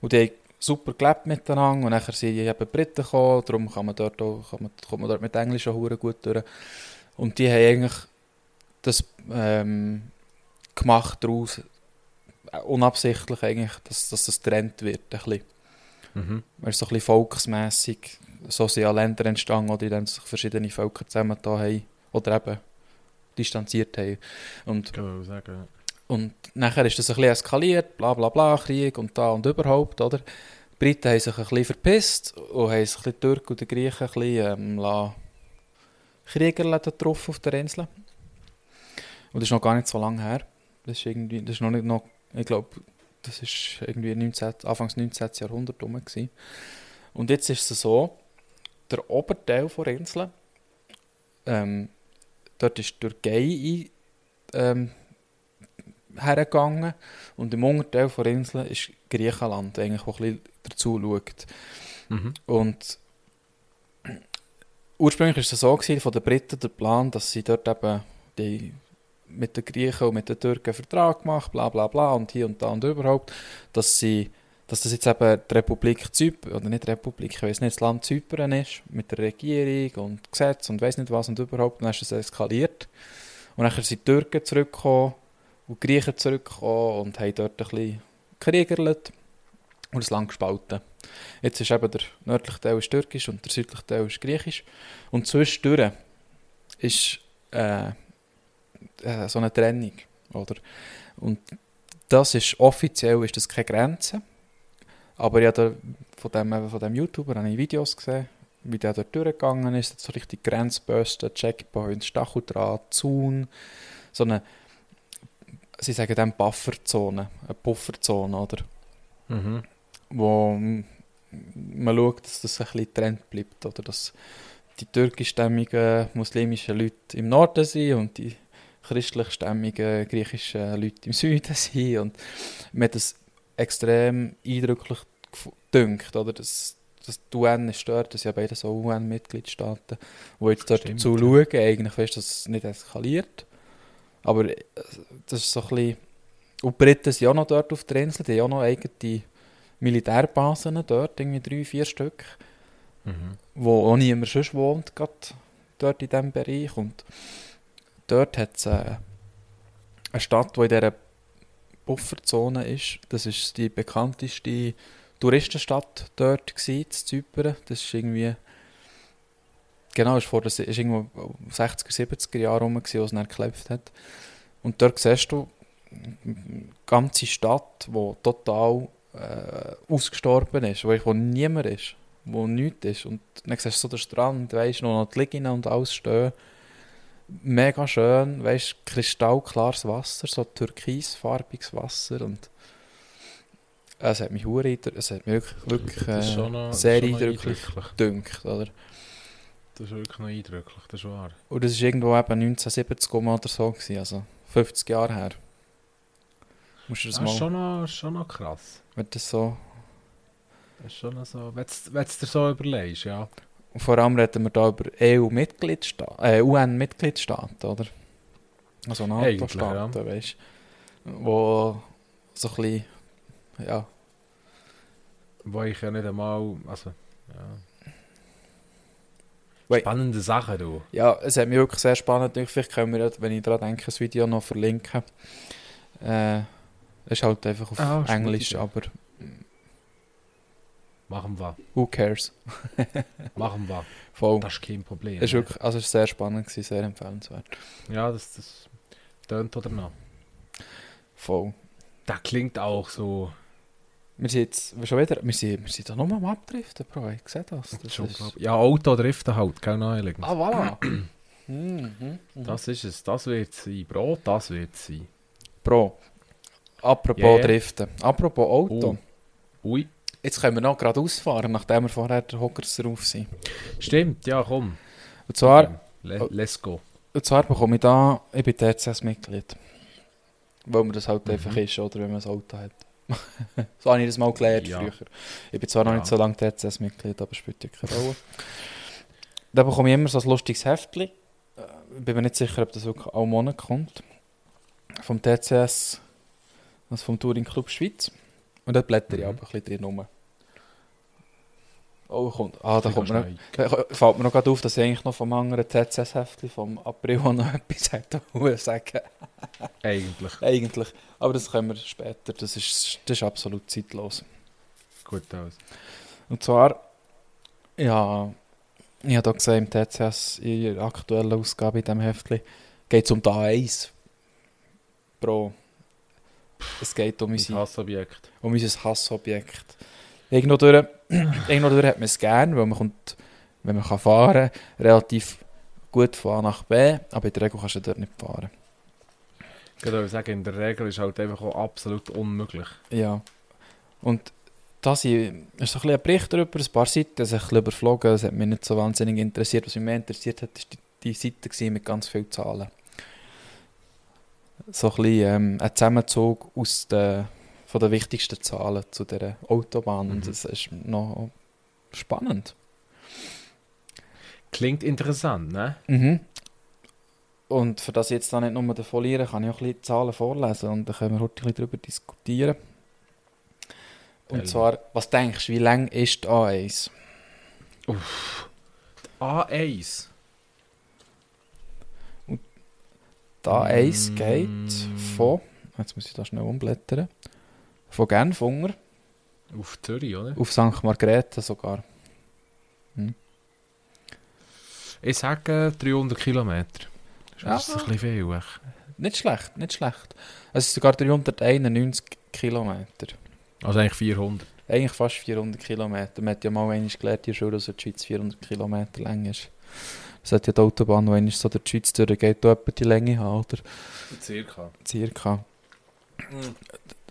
D: Und die haben super gelebt miteinander. Und nachher sind eben die Briten gekommen. Darum kann man dort auch, kann man, kommt man dort mit Englisch auch hure gut durch. Und die haben eigentlich das ähm, gemacht daraus, äh, unabsichtlich eigentlich, dass, dass das getrennt wird. Ein bisschen.
C: Mhm.
D: Weil so ein bisschen volksmässig so sind ja Länder entstanden, oder in denen sich verschiedene Völker zusammengetan haben. Oder eben distanziert haben. Und
C: Kann man sagen.
D: und nachher ist das ein bisschen eskaliert, bla bla bla, Krieg und da und überhaupt, oder? Die Briten haben sich ein bisschen verpisst und haben sich ein bisschen die Türken und die Griechen ein bisschen ähm, la- Krieger lassen getroffen auf der Insel. Und das ist noch gar nicht so lange her. Das ist irgendwie, das ist noch nicht noch, ich glaube, das ist irgendwie 19, Anfangs 19. Jahrhundert rum gewesen. Und jetzt ist es so, der Oberteil der Insel, ähm, dort ist die Türkei ein, ähm, hergegangen und im Unterteil der Insel ist Griechenland, eigentlich, wo ein bisschen dazu schaut.
C: Mhm.
D: Und ursprünglich war es so gewesen, von den Briten der Plan, dass sie dort eben die mit den Griechen und mit den Türken einen Vertrag gemacht, bla bla bla und hier und da und überhaupt, dass sie dass das jetzt eben die Republik Zypern, oder nicht Republik, ich weiß nicht, das Land Zypern ist, mit der Regierung und Gesetz und weiß nicht was und überhaupt, dann ist es eskaliert. Und dann sind die Türken zurückgekommen und die Griechen zurückgekommen und haben dort ein bisschen gekriegerlet und das Land gespalten. Jetzt ist eben der nördliche Teil ist türkisch und der südliche Teil ist griechisch. Und zwischendurch ist äh, äh, so eine Trennung. Oder? Und das ist offiziell ist das keine Grenze. Aber ja, der, von, dem, eben von dem YouTuber habe ich Videos gesehen, wie der dort durchgegangen ist. Hat So richtig Grenzbösten, Checkpoints, Stacheldraht, Zaun. So eine, sie sagen dem Bufferzone, eine Pufferzone, oder?
C: Mhm.
D: wo mm, man schaut, dass das ein bisschen getrennt bleibt. Oder dass die türkischstämmigen muslimischen Leute im Norden sind und die christlichstämmigen griechischen Leute im Süden sind. Und mir hat das extrem eindrücklich gef- gedünkt, oder? Das, das die UN ist dort, das sind ja beide so UN-Mitgliedstaaten, die jetzt dort
C: Stimmt,
D: zu
C: ja.
D: schauen, eigentlich, weißt, dass es nicht eskaliert. Aber äh, das ist so ein bisschen... Und die Briten sind auch noch dort auf der Insel, die haben auch noch eigene Militärbasen dort, irgendwie drei, vier Stück,
C: Mhm.
D: wo auch niemand sonst wohnt, gerade dort in diesem Bereich. Und dort hat es äh, eine Stadt, die in dieser Bufferzone ist. Das ist die bekannteste Touristenstadt dort gewesen, in Zypern. Das ist irgendwie Genau, ist vor das ist irgendwo 60er, 70er Jahre rum, gewesen, als es dann geklopft hat. Und dort siehst du eine ganze Stadt, die total äh, ausgestorben ist, wo, wo niemand ist, wo nichts ist. Und dann siehst du so den Strand, weißt du, noch die Liegenden und alles stehen. Mega schön, weißt du, kristallklares Wasser, so türkisfarbiges Wasser. Und es hat mich hure, es hat mich wirklich, wirklich
C: Das ist schon
D: äh,
C: noch,
D: sehr
C: das ist schon noch
D: eindrücklich
C: eindrücklich.
D: gedünkt, oder?
C: Das ist wirklich noch eindrücklich, das ist wahr.
D: Und das war irgendwo eben 1970 rum oder so, gewesen, also 50 Jahre her. Musst du
C: Das ist
D: das mal,
C: Ah, schon noch, schon noch krass.
D: wenn das so...
C: Das ist schon noch so, wenn du es dir so überlegst, ja.
D: Und vor allem reden wir da über EU-Mitgliedstaaten, äh, UN-Mitgliedstaaten, oder? Also NATO-Staaten, weißt du? Wo so ein bisschen, ja,
C: Wo ich ja nicht einmal, also, ja.
D: Wait.
C: Spannende Sachen, du.
D: Ja, es hat mich wirklich sehr spannend gemacht. Vielleicht können wir, ja, wenn ich daran denke, das Video noch verlinken. Äh, ist halt einfach auf
C: Ah, ist eine gute
D: Englisch,
C: Idee.
D: aber
C: Machen wir,
D: who cares?
C: machen wir.
D: Voll.
C: Das ist kein Problem.
D: Oh. Ist wirklich, also ist sehr spannend gewesen, sehr empfehlenswert.
C: Ja, das, das tönt oder noch.
D: Voll.
C: Das klingt auch so.
D: Wir sind jetzt, schon wieder, wir sind, wir sind da nochmal am Abdriften, Bro, ich sehe das. das
C: schon
D: ist,
C: glaub- ja, Auto driften halt, genau naheliegend.
D: ah, voilà. mhm.
C: Das ist es, das wird sein. Brot, das wird sein.
D: Bro, apropos
C: Ja, ja.
D: Driften, apropos Auto.
C: Oh. Ui.
D: Jetzt können wir noch gerade ausfahren, nachdem wir vorher der Hockers drauf sind.
C: Stimmt, ja, komm.
D: Und zwar...
C: Le
D: Oh.
C: Let's go.
D: Und zwar bekomme ich da, ich bin TCS-Mitglied. Weil man das
C: Mhm.
D: halt einfach ist, oder wenn man ein Auto hat. so habe ich das mal gelernt
C: Ja.
D: früher. Ich bin zwar noch
C: Ja.
D: nicht so lange TCS-Mitglied, aber spielt ja keine Rolle. da bekomme ich immer so ein lustiges Heftchen. Äh, Ich bin mir nicht sicher, ob das wirklich alle Monat kommt. Vom TCS, also vom Touring Club Schweiz. Und dort blätter ich
C: Mhm.
D: auch ein bisschen drin rum. Oh, kommt, ah, da
C: Ich
D: kommt
C: kann's
D: mir noch,
C: noch-
D: da fällt mir noch gerade auf, dass ich eigentlich noch vom anderen TCS-Heftchen vom April auch noch etwas hätte wollen sagen
C: Eigentlich.
D: Eigentlich. Aber das können wir später. Das ist, das ist absolut zeitlos.
C: Gut aus.
D: Und zwar, ja, ich habe hier gesehen im TCS, in der aktuellen Ausgabe in diesem Heftchen, geht es um die A1. Bro, es geht um
C: Mein
D: unsere
C: Hassobjekt.
D: um unser Hassobjekt. Irgendwo durch, irgendwo durch hat man es gern, weil man kommt, wenn man kann fahren kann, relativ gut von A nach B, aber in der Regel kannst du dort nicht fahren.
C: Ich würde sagen, in der Regel ist halt einfach auch absolut unmöglich.
D: Ja. Und da sind- ist so ein bisschen ein Bericht darüber, ein paar Seiten, das ist ein bisschen überflogen, das hat mich nicht so wahnsinnig interessiert. Was mich mehr interessiert hat, ist die, die Seite gewesen mit ganz vielen Zahlen. So ein bisschen ähm, ein Zusammenzug aus den, von den wichtigsten Zahlen zu dieser Autobahn.
C: Mhm.
D: Und das ist noch spannend.
C: Klingt interessant, ne?
D: Mhm. Und für das ich jetzt da nicht nur davon lehre, kann ich auch ein bisschen die Zahlen vorlesen und dann können wir heute ein bisschen darüber diskutieren. Und
C: Geil.
D: zwar, was denkst du, wie lang ist die A1?
C: A1.
D: Die A1
C: Mm.
D: geht von, jetzt muss ich da schnell umblättern, von Genfunger
C: Auf Zürich, oder?
D: auf St. Margrethe sogar.
C: Ich sage 300 eh, Kilometer. Dus Ist
D: Ja.
C: Das ist ein bisschen viel. echt.
D: Nicht schlecht, nicht schlecht. Es ist sogar 391 Kilometer.
C: Also eigentlich 400.
D: Eigentlich fast 400 Kilometer. Man hat ja mal einmal gelernt in der Schule, dass die Schweiz 400 Kilometer lang ist. Das hat ja die Autobahn, die einmal so durch die Schweiz durchgeht, auch etwa die Länge haben, oder?
C: Circa.
D: Circa.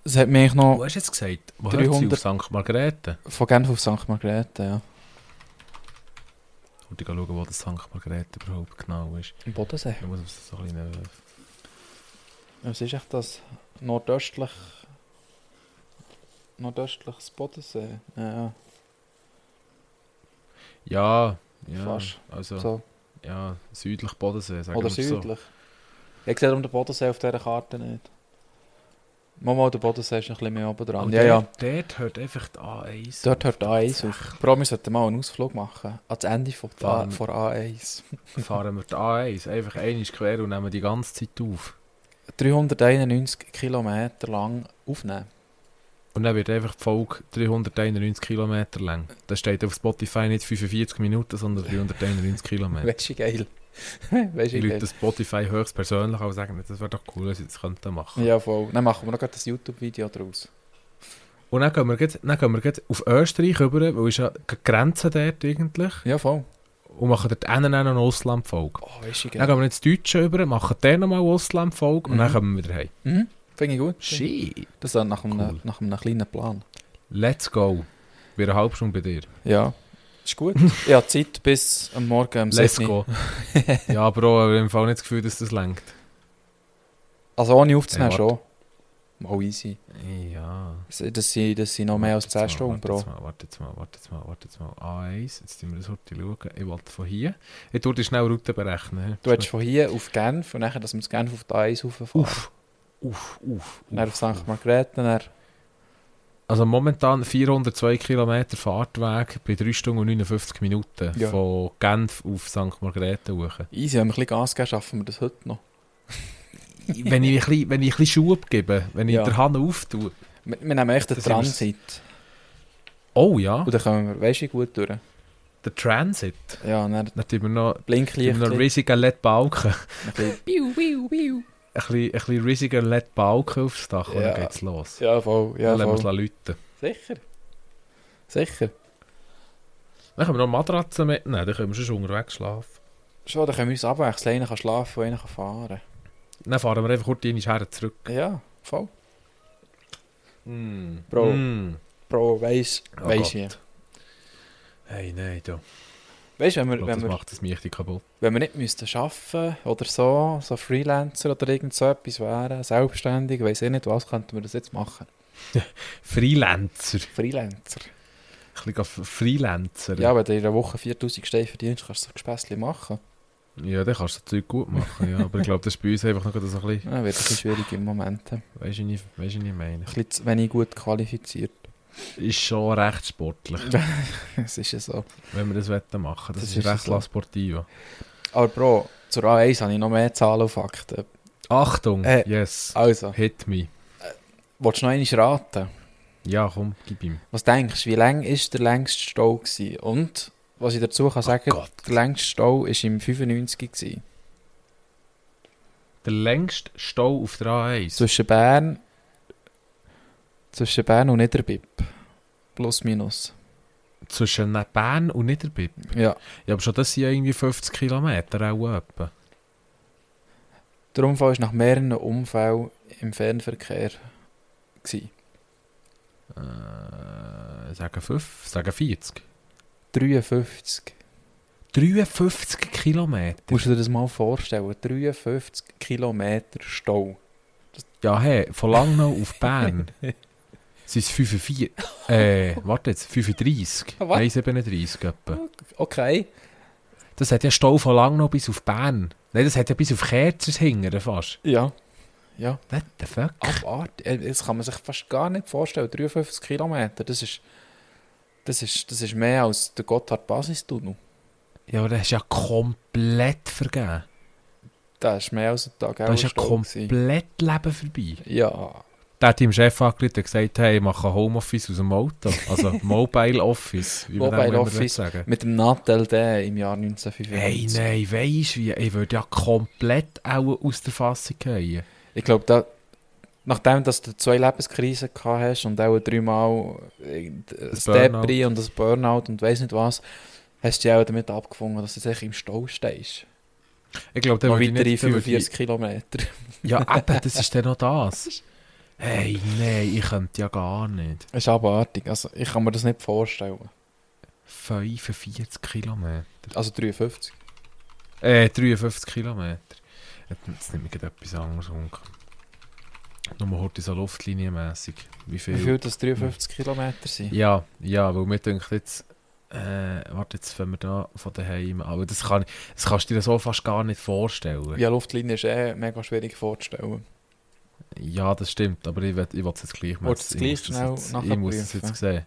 D: Das hat mich eigentlich noch
C: Wo hast du jetzt gesagt? Wo
D: 300
C: 300 auf St. Margrethe?
D: von Genf auf St. Margrethe, ja.
C: Und ich schauen, wo das St. Margrethe überhaupt genau ist.
D: Im Bodensee.
C: Ich muss es so ein bisschen. äh,
D: Was ist echt das? Nordöstlich... Nordöstliches Bodensee? Ja,
C: Ja, ja.
D: Fast.
C: Also,
D: ja. So.
C: ja, südlich Bodensee, sagen
D: Oder
C: wir es so.
D: südlich. Ich sehe darum den Bodensee auf dieser Karte nicht. Mal, mal, der Bodensee ist ein bisschen mehr oben dran.
C: Und
D: Ja,
C: dort,
D: ja.
C: dort hört einfach die A1.
D: Dort hört die A1 auf. Bro, wir sollten mal einen Ausflug machen. An das Ende von,
C: Fahren wir.
D: A, von A1.
C: fahren wir die A1 einfach einmal quer und nehmen die ganze Zeit auf.
D: 391 Kilometer lang aufnehmen.
C: Und dann wird einfach die Folge 391 Kilometer lang. Das steht auf Spotify nicht 45 Minuten, sondern 391 Kilometer.
D: Weißt du, geil. weißt
C: Die
D: du,
C: Leute
D: geil.
C: das Spotify höchstpersönlich auch sagen, das wäre doch cool, wenn sie das könnten machen.
D: Ja, voll. Dann machen wir noch gerade das YouTube-Video draus.
C: Und dann gehen wir, gleich- dann gehen wir gleich auf Österreich rüber, weil es ja keine Grenze dort eigentlich.
D: Ja, voll.
C: Und machen dort einen noch eine Auslandfolge.
D: Oh, weißt du,
C: Dann
D: geil.
C: gehen wir ins Deutsche rüber, machen den nochmal eine Auslandfolge und
D: Mhm.
C: dann kommen wir wieder heim.
D: Mhm. Finde ich gut.
C: Shit.
D: Das ist nach einem,
C: Cool.
D: nach einem kleinen Plan.
C: Let's go. Wir eine halbe Stunde bei dir.
D: Ja. Ist gut. ich habe Zeit bis am Morgen um
C: Let's
D: 7 Uhr.
C: go. ja, aber auch im Fall nicht das Gefühl, dass das längt.
D: Also ohne aufzunehmen
C: Hey,
D: schon. Mal easy.
C: Ja.
D: Das- Das sind, das sind noch mehr als 10 Stunden, Bro.
C: Warte jetzt mal, warte jetzt mal, warte jetzt mal, warte jetzt mal. Eins, jetzt müssen wir das heute schauen. Ich wollte von hier. Ich tue die schnell Route berechnen.
D: Du hättest von hier auf Genf und dann, dass wir zu Genf auf die A1 rauffahren.
C: Uff. Uff, uff,
D: Dann
C: uff.
D: auf St. Margrethe, dann...
C: Also momentan 402 Kilometer Fahrtweg bei 3 Stunden und 59 Minuten
D: Ja.
C: von Genf auf St. Margrethe hoch.
D: Easy, wenn wir ein bisschen Gas geben, schaffen wir das heute noch.
C: wenn, ich ein bisschen, wenn ich ein bisschen Schub gebe, wenn ich
D: Ja.
C: den Hahn auftue.
D: Wir, wir nehmen echt den
C: Das sind wir-
D: Transit.
C: Oh ja,
D: Und dann kommen wir, weißt du, gut durch.
C: der Transit.
D: Ja, und dann
C: Dann tun wir noch, tun wir
D: Blinklicht.
C: noch
D: ein
C: riesigen LED-Balken.
D: bisschen-
C: Ein bisschen, ein bisschen riesigen LED-Balken aufs Dach und
D: Ja.
C: dann geht's los.
D: Ja, voll. Ja,
C: dann lassen wir es
D: voll.
C: läuten.
D: Sicher. Sicher.
C: Dann können wir noch Matratzen mitnehmen, dann können wir schon unterwegs schlafen.
D: Schon, dann können wir uns abwechseln. Einer kann schlafen und einer kann fahren.
C: Dann fahren wir einfach kurz in her zurück.
D: Ja, voll.
C: Mm.
D: Bro.
C: Mm.
D: Bro, weiss,
C: Oh Gott.
D: weiss ich.
C: Hey, nein, du.
D: Weißt wenn wir,
C: Das
D: wenn wir,
C: macht das Mächtig kaputt.
D: wenn wir nicht müssten arbeiten oder so, so Freelancer oder irgend so etwas wären, selbstständig, weiss ich nicht, was könnten wir das jetzt machen?
C: Freelancer.
D: Freelancer.
C: Ein bisschen Freelancer.
D: Ja, wenn du in einer Woche 4000 Steine verdienst, kannst du so Gespässchen machen.
C: ja, dann kannst du das Zeug gut machen. Ja, aber ich glaube, das ist bei uns einfach noch so ein bisschen...
D: Ja, wird ein bisschen schwierig im Moment. Ein
C: Weißt du, wie ich- weisst du, wie ich meine?
D: bisschen zu wenig gut qualifiziert.
C: Ist schon recht sportlich,
D: Es ist ja so.
C: wenn wir das wollen machen Das,
D: Das
C: ist,
D: ist
C: recht
D: so.
C: La Sportiva.
D: Aber Bro, zur A1 habe ich noch mehr Zahlen und Fakten.
C: Achtung,
D: Äh,
C: yes.
D: Also,
C: Hit me.
D: willst du noch einmal raten?
C: Ja, komm, gib ihm.
D: Was denkst du, wie lang ist der längste Stau gewesen? Und, was ich dazu kann sagen,
C: Gott.
D: der längste Stau war im 95 gewesen.
C: Der längste Stau auf der A1.
D: Zwischen Bern, zwischen Bern und Niederbipp. Plus, minus.
C: zwischen Bern und Niederbipp.
D: Ja.
C: Ja, aber schon das sind ja irgendwie 50 Kilometer auch etwa.
D: Der Unfall war nach mehreren Unfällen im Fernverkehr. Gewesen.
C: Äh, sagen 5, sagen 40.
D: 53.
C: 53 Kilometer.
D: Musst du dir das mal vorstellen? 53 Kilometer Stau.
C: Ja, hey, von Langnau auf Bern sind es 45. Äh, warte jetzt, 35.
D: Was?
C: Nein, 37 etwa.
D: Okay.
C: Das hat ja Stau von Langnau bis auf Bern. Nein, das hat ja bis auf Kerzers hingern fast.
D: Ja. Ja.
C: What the fuck?
D: Abart. Äh, Das kann man sich fast gar nicht vorstellen. 53 Kilometer, das ist, das ist, das ist mehr als der Gotthard-Basistunnel.
C: Ja, aber das ist ja komplett vergeben.
D: Das ist mehr als ein Tag.
C: Das ist ja komplett Leben vorbei.
D: Ja.
C: Der hat im Chef angerufen und gesagt, hey, ich mache Homeoffice aus dem Auto. Also Mobile Office, wie man dem
D: Mobile
C: immer
D: Office.
C: sagen
D: Mit dem Natel D im Jahr 1995.
C: Hey, nein, weisst du wie? Ich würde ja komplett auch aus der Fassung gehen.
D: Ich glaube, da, nachdem dass du zwei Lebenskrisen gehabt hast und auch dreimal äh, ein Depri und das Burnout und weiss nicht was, hast du dich auch damit abgefunden, dass du jetzt echt im Stau stehst.
C: Ich glaube, dann
D: Noch
C: würde ich
D: weitere
C: nicht... dann würde ich-
D: 45 Kilometer.
C: Ja, eben, das ist dann noch das. Hey, nein, ich könnte ja gar nicht.
D: Das ist abartig. Also, ich kann mir das nicht vorstellen.
C: 45 Kilometer.
D: Also 53.
C: Äh, 53 Kilometer. Jetzt nimmt mir gerade etwas anderes unter. Nur heute so luftlinienmässig. Wie viel?
D: Wie viel das 53 Kilometer sind?
C: Ja, ja, weil mir denkt jetzt, äh, warte, jetzt fangen wir da von daheim an. Aber das, kann, ich- das kannst du dir so fast gar nicht vorstellen.
D: Ja, Luftlinie ist eh mega schwierig vorzustellen.
C: Ja, das stimmt, aber ich will ich will's jetzt gleich
D: Willst
C: messen.
D: du es
C: Ich
D: gleich
C: muss das
D: schnell
C: jetzt, Ich muss das
D: nachprüfen?
C: jetzt sehen.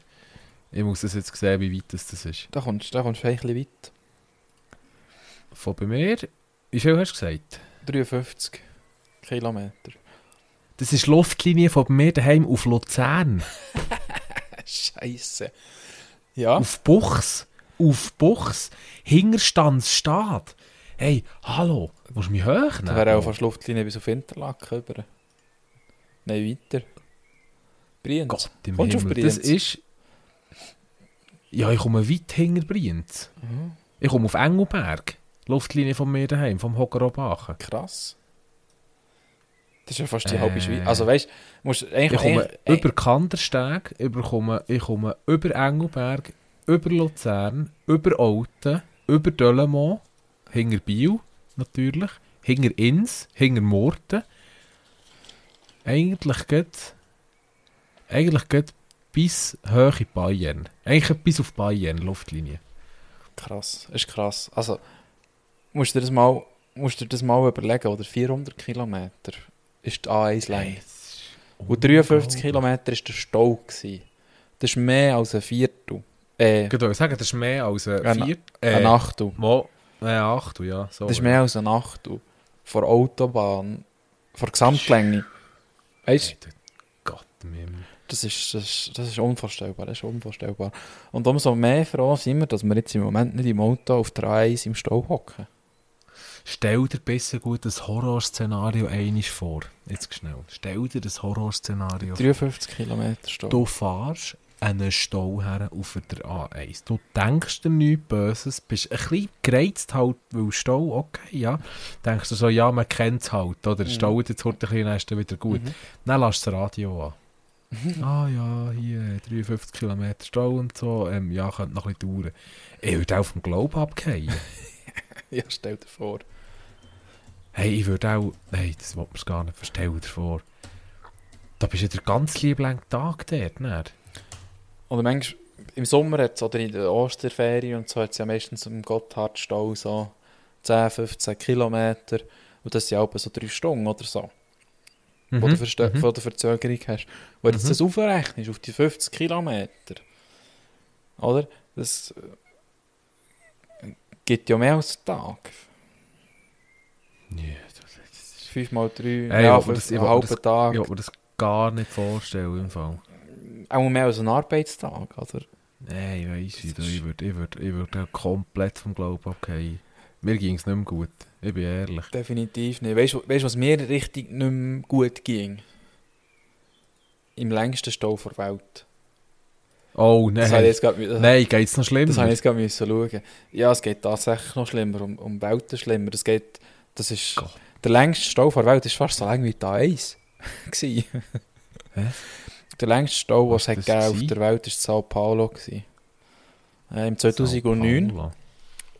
C: Ich muss das jetzt sehen, wie weit das, das ist.
D: Da kommst, da kommst du ein bisschen weit.
C: Von bei mir, wie viel hast du gesagt?
D: 53 Kilometer.
C: Das ist die Luftlinie von mir daheim auf Luzern.
D: Scheiße. Ja,
C: Auf Buchs. Auf Buchs. Hingerstandsstaat. Hey, hallo. Musst du mich hören?
D: da wäre auch fast Luftlinie bis auf Interlaken über. Nein, weiter. Brienz.
C: Gott im
D: Kommst du auf
C: Himmel.
D: Brienz?
C: Das ist... Ja, ich komme weit hinter Brienz.
D: Mhm.
C: Ich komme auf Engelberg. Luftlinie von mir daheim, vom Hockerobachen.
D: Krass. Das ist ja fast die halbe
C: Äh.
D: Schweiz. Also weißt du, musst eigentlich...
C: Ich komme
D: eigentlich-
C: über Kandersteg, über, komme, ich komme über Engelberg, über Luzern, über Olten, über Dölemo, hinter Biel natürlich, hinter Inns, hinter Murten. Eigentlich geht eigentlich geht bis hoch in Bayern. Eigentlich bis auf Bayern, Luftlinie.
D: Krass, ist krass. Also, musst du dir das mal, musst du dir das mal überlegen, oder? 400 Kilometer ist die A1 lang. Und 53 Kilometer war der Stau. Gewesen. Das ist mehr als ein Viertel. Äh,
C: Ich würde sagen, das ist mehr als eh, ein
D: Ein-
C: Viert...
D: ein
C: Äh,
D: Achtel.
C: Mo- äh, Achtel, ja.
D: Das ist
C: sorry.
D: mehr als ein Achtel. Vor Autobahn, vor Gesamtlänge. Weißt du?
C: Hey, du Gott im Himmel.
D: Das ist, das, ist, das ist unvorstellbar, das ist unvorstellbar. Und umso mehr froh sind wir, dass wir jetzt im Moment nicht im Auto auf der A1 im Stau hocken.
C: Stell dir besser gut ein Horrorszenario einisch vor. Jetzt schnell. Stell dir das Horrorszenario vor.
D: 53 Kilometer Stau.
C: Du fährst einen Stau her auf der A1. Du denkst dir nichts Böses, bist ein bisschen gereizt halt, weil Stau, okay, ja. Denkst du so, ja, man kennt es halt, oder? Der Stau jetzt heute ein bisschen, dann ist er wieder gut.
D: Mhm.
C: Dann lässt du das Radio an. ah ja, hier äh, 53 km Stau und so. Ähm, ja, könnte noch ein bisschen dauern. Ich würde auch vom Globe abgehen.
D: Ja, stell dir vor.
C: Hey, ich würde auch. Nein, das wollte man gar nicht. Stell dir vor. Da bist du ja den ganz lieben langen Tag dort, nicht?
D: Oder manchmal im Sommer hat's, oder in der Osterferien und so hat es ja meistens im Gotthardstau so 10, 15 Kilometer. Und das sind ja etwa so drei Stunden oder so, wo, du Verstö- wo du Verzögerung hast. Wenn du
C: Mhm.
D: jetzt das aufrechnest auf die 50 Kilometer, oder? Das äh, gibt ja mehr als einen Tag.
C: Ja,
D: Das ist 5 mal 3,
C: Ey,
D: ja,
C: aber
D: fünf-
C: das-
D: einen
C: aber
D: halben
C: das-
D: Tag.
C: ich kann mir das gar nicht vorstellen im Fall.
D: Auch mehr als einen Arbeitstag, oder?
C: Nein, weiss ich,
D: Das ist-
C: ich würde ich würd, ich würd auch komplett vom Glauben abgehen. Mir ging es nicht mehr gut, ich bin ehrlich.
D: Definitiv nicht. Weißt du, weißt du, was mir richtig nicht mehr gut ging? Im längsten Stau der Welt.
C: Oh
D: Das habe ich
C: nein,
D: jetzt gerade das,
C: nein, geht's noch schlimmer?
D: das habe ich jetzt gerade müssen schauen. Ja, es geht tatsächlich noch schlimmer, um, um Welten schlimmer. Das geht, das ist,
C: Gott.
D: der längste Stau der Welt ist fast so lang wie die A1. gewesen.
C: Hä?
D: der längste Stau, den es
C: Was
D: hat
C: war das
D: gegeben auf der Welt, war Sao Paulo. gewesen. Äh, Im 2009.
C: Sao Paulo.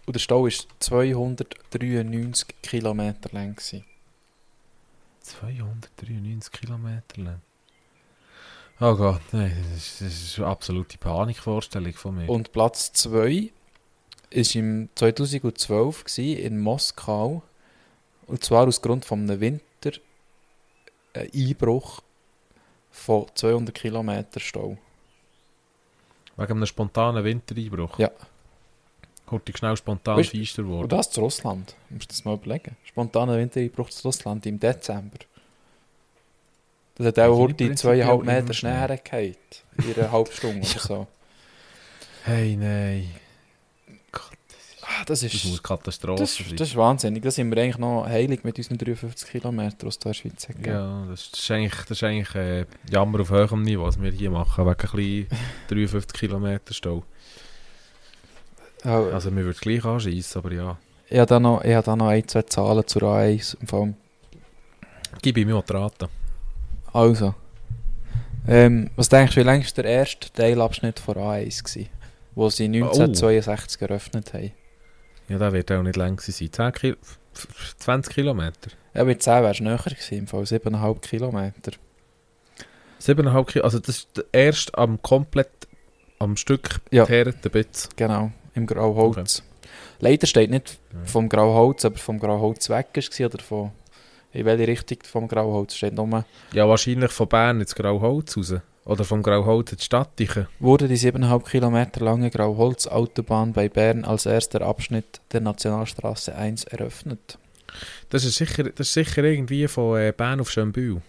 D: Und der Stau war 293 Kilometer lang. gewesen.
C: 293 Kilometer lang. Oh Gott, nein, das ist, das ist eine absolute Panikvorstellung von mir.
D: Und Platz 2 ist im 2012 gsi in Moskau. Und zwar aus Grund von einem Winter ein Einbruch von 200 Kilometer Stau.
C: Wegen einem spontanen Wintereinbruch.
D: Ja.
C: Kurti schnell spontan
D: Weißt-
C: feister
D: Und
C: geworden.
D: das zu Russland. Musst du das mal überlegen. Spontaner Wintereinbruch zu Russland im Dezember. Das hat
C: Also
D: auch
C: im
D: heute
C: Prinzip
D: zweieinhalb
C: ja
D: Meter
C: immer
D: Schnee
C: schnell.
D: hergefallen. In einer halben Stunde oder so.
C: Hey, nein. Gott,
D: Ah, das
C: das muss
D: ist...
C: Katastrophe
D: Das,
C: sein.
D: das ist wahnsinnig. Da sind wir eigentlich noch heilig mit unseren 53 Kilometern aus der Schweiz. gegeben.
C: ja, das ist, das ist eigentlich, das ist eigentlich äh, Jammer auf höherem Niveau, was wir hier machen, wegen ein bisschen 53 Kilometer Stau.
D: Also,
C: Also, mir würde es gleich anschiessen, aber ja.
D: Ich habe da noch, ich habe da noch ein, zwei Zahlen zur A1 im Fall.
C: Gib ihm mal die Rate.
D: Also. Ähm, was denkst du, wie lang war der erste Teilabschnitt von A1 gewesen, wo sie 1962 eröffnet haben?
C: Ja, der wird auch nicht lang gewesen sein. 10 Kil f- f- 20 Kilometer.
D: Ja, bei 10 wärst du näher gewesen, im Fall 7,5 Kilometer.
C: 7,5 Kilo, also das ist der erste am komplett am Stück
D: Ja.
C: geteerten Bitz.
D: Genau, im Grauholz. Leider steht nicht
C: Ja.
D: vom Grauholz, aber vom Grauholz weg war oder von... In welche Richtung vom Grauholz steht nur...
C: Ja, wahrscheinlich von Bern ins Grauholz raus. Oder vom Grauholz in die Stadtiche.
D: wurde die 7,5 Kilometer lange Grauholz-Autobahn bei Bern als erster Abschnitt der Nationalstraße 1 eröffnet.
C: Das ist sicher, das ist sicher irgendwie von äh, Bern auf Schönbühl.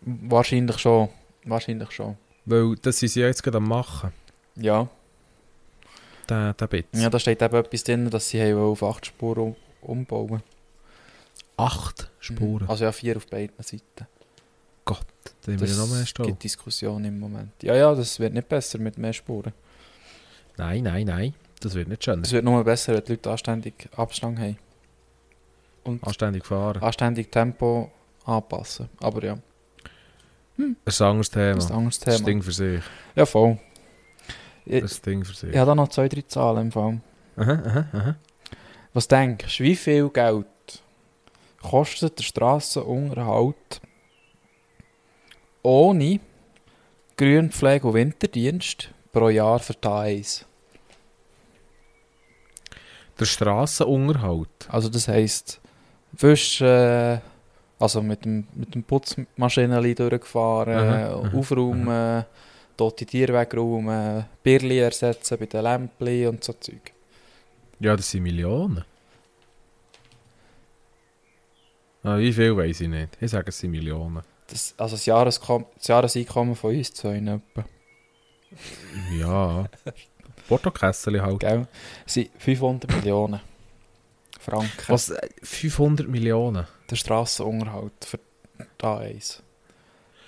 D: Wahrscheinlich schon. Wahrscheinlich schon.
C: Weil das sind sie jetzt gerade am Machen,
D: Ja.
C: der, der Bitz.
D: Ja, da steht eben etwas drin, dass sie haben wollen auf acht Spuren um, umbauen
C: Acht Spuren.
D: Also ja, vier auf beiden Seiten.
C: Da haben wir ja noch mehr Stau.
D: gibt Diskussion im Moment. Ja, ja, das wird nicht besser mit mehr Spuren.
C: Nein, nein, nein. Das wird nicht schön.
D: Es wird nur besser, wenn die Leute anständig Abstand haben. Und
C: Anständig fahren.
D: anständig Tempo anpassen. Aber ja,
C: Genau. Das ist ein anderes Thema.
D: das ist ein anderes
C: Das ist ein
D: Thema.
C: Ding für sich.
D: Ja, voll. Ich,
C: Das ist ein Ding für sich.
D: ich habe da noch zwei, drei Zahlen im Fall.
C: Aha, aha, aha.
D: Was denkst du, wie viel Geld kostet der Strassenunterhalt ohne Grünpflege und Winterdienst pro Jahr für die A1?
C: Der Strassenunterhalt.
D: Also das heisst, Wischen, äh, also mit dem, mit dem Putzmaschinenli durchgefahren,
C: Mhm,
D: äh,
C: mhm,
D: aufräumen, tote Tiere wegräumen, Birli ersetzen bei den Lämpchen und so Zeug.
C: Ja, das sind Millionen. Ah, wie viel weiß ich nicht. Ich sage, es sind Millionen.
D: Das, also das, Jahreskom das Jahreseinkommen von uns zwei etwa.
C: Ja. Portokessel halt.
D: Gell? Das sind 500 Millionen Franken.
C: Was? äh, 500 Millionen?
D: Der Strassenunterhalt für da eins.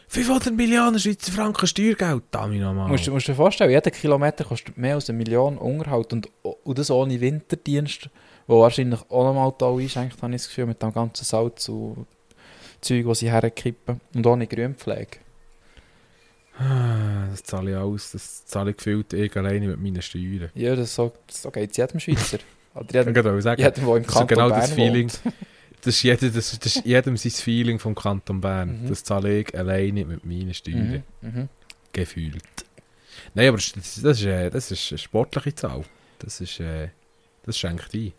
C: 500 Millionen Schweizer Franken Steuergeld, Dami nochmal.
D: Musst, du- musst du dir vorstellen, jeder Kilometer kostet mehr als eine Million Unterhalt und, und das ohne Winterdienst, wo wahrscheinlich auch nochmal toll einschenkt, habe ich das Gefühl, mit dem ganzen Salz und Zeug, das sie herkippen und ohne Grünpflege.
C: Ah, Das zahle ich alles. Das zahle ich gefühlt ich alleine mit meinen Steuern.
D: Ja, das so, so geht es jedem Schweizer. Oder
C: Ich
D: jedem,
C: wollte sagen,
D: jedem, der im
C: das ist ja
D: Kanton
C: genau das
D: Bern
C: Feeling.
D: wohnt.
C: Das ist, jeder, das, das ist jedem sein Feeling vom Kanton Bern.
D: Mhm.
C: Das zahle ich alleine mit meinen Steuern.
D: Mhm, mhm.
C: Gefühlt. Nein, aber das, das, ist, äh, das ist eine sportliche Zahl. Das ist... Äh, das schenkt ein.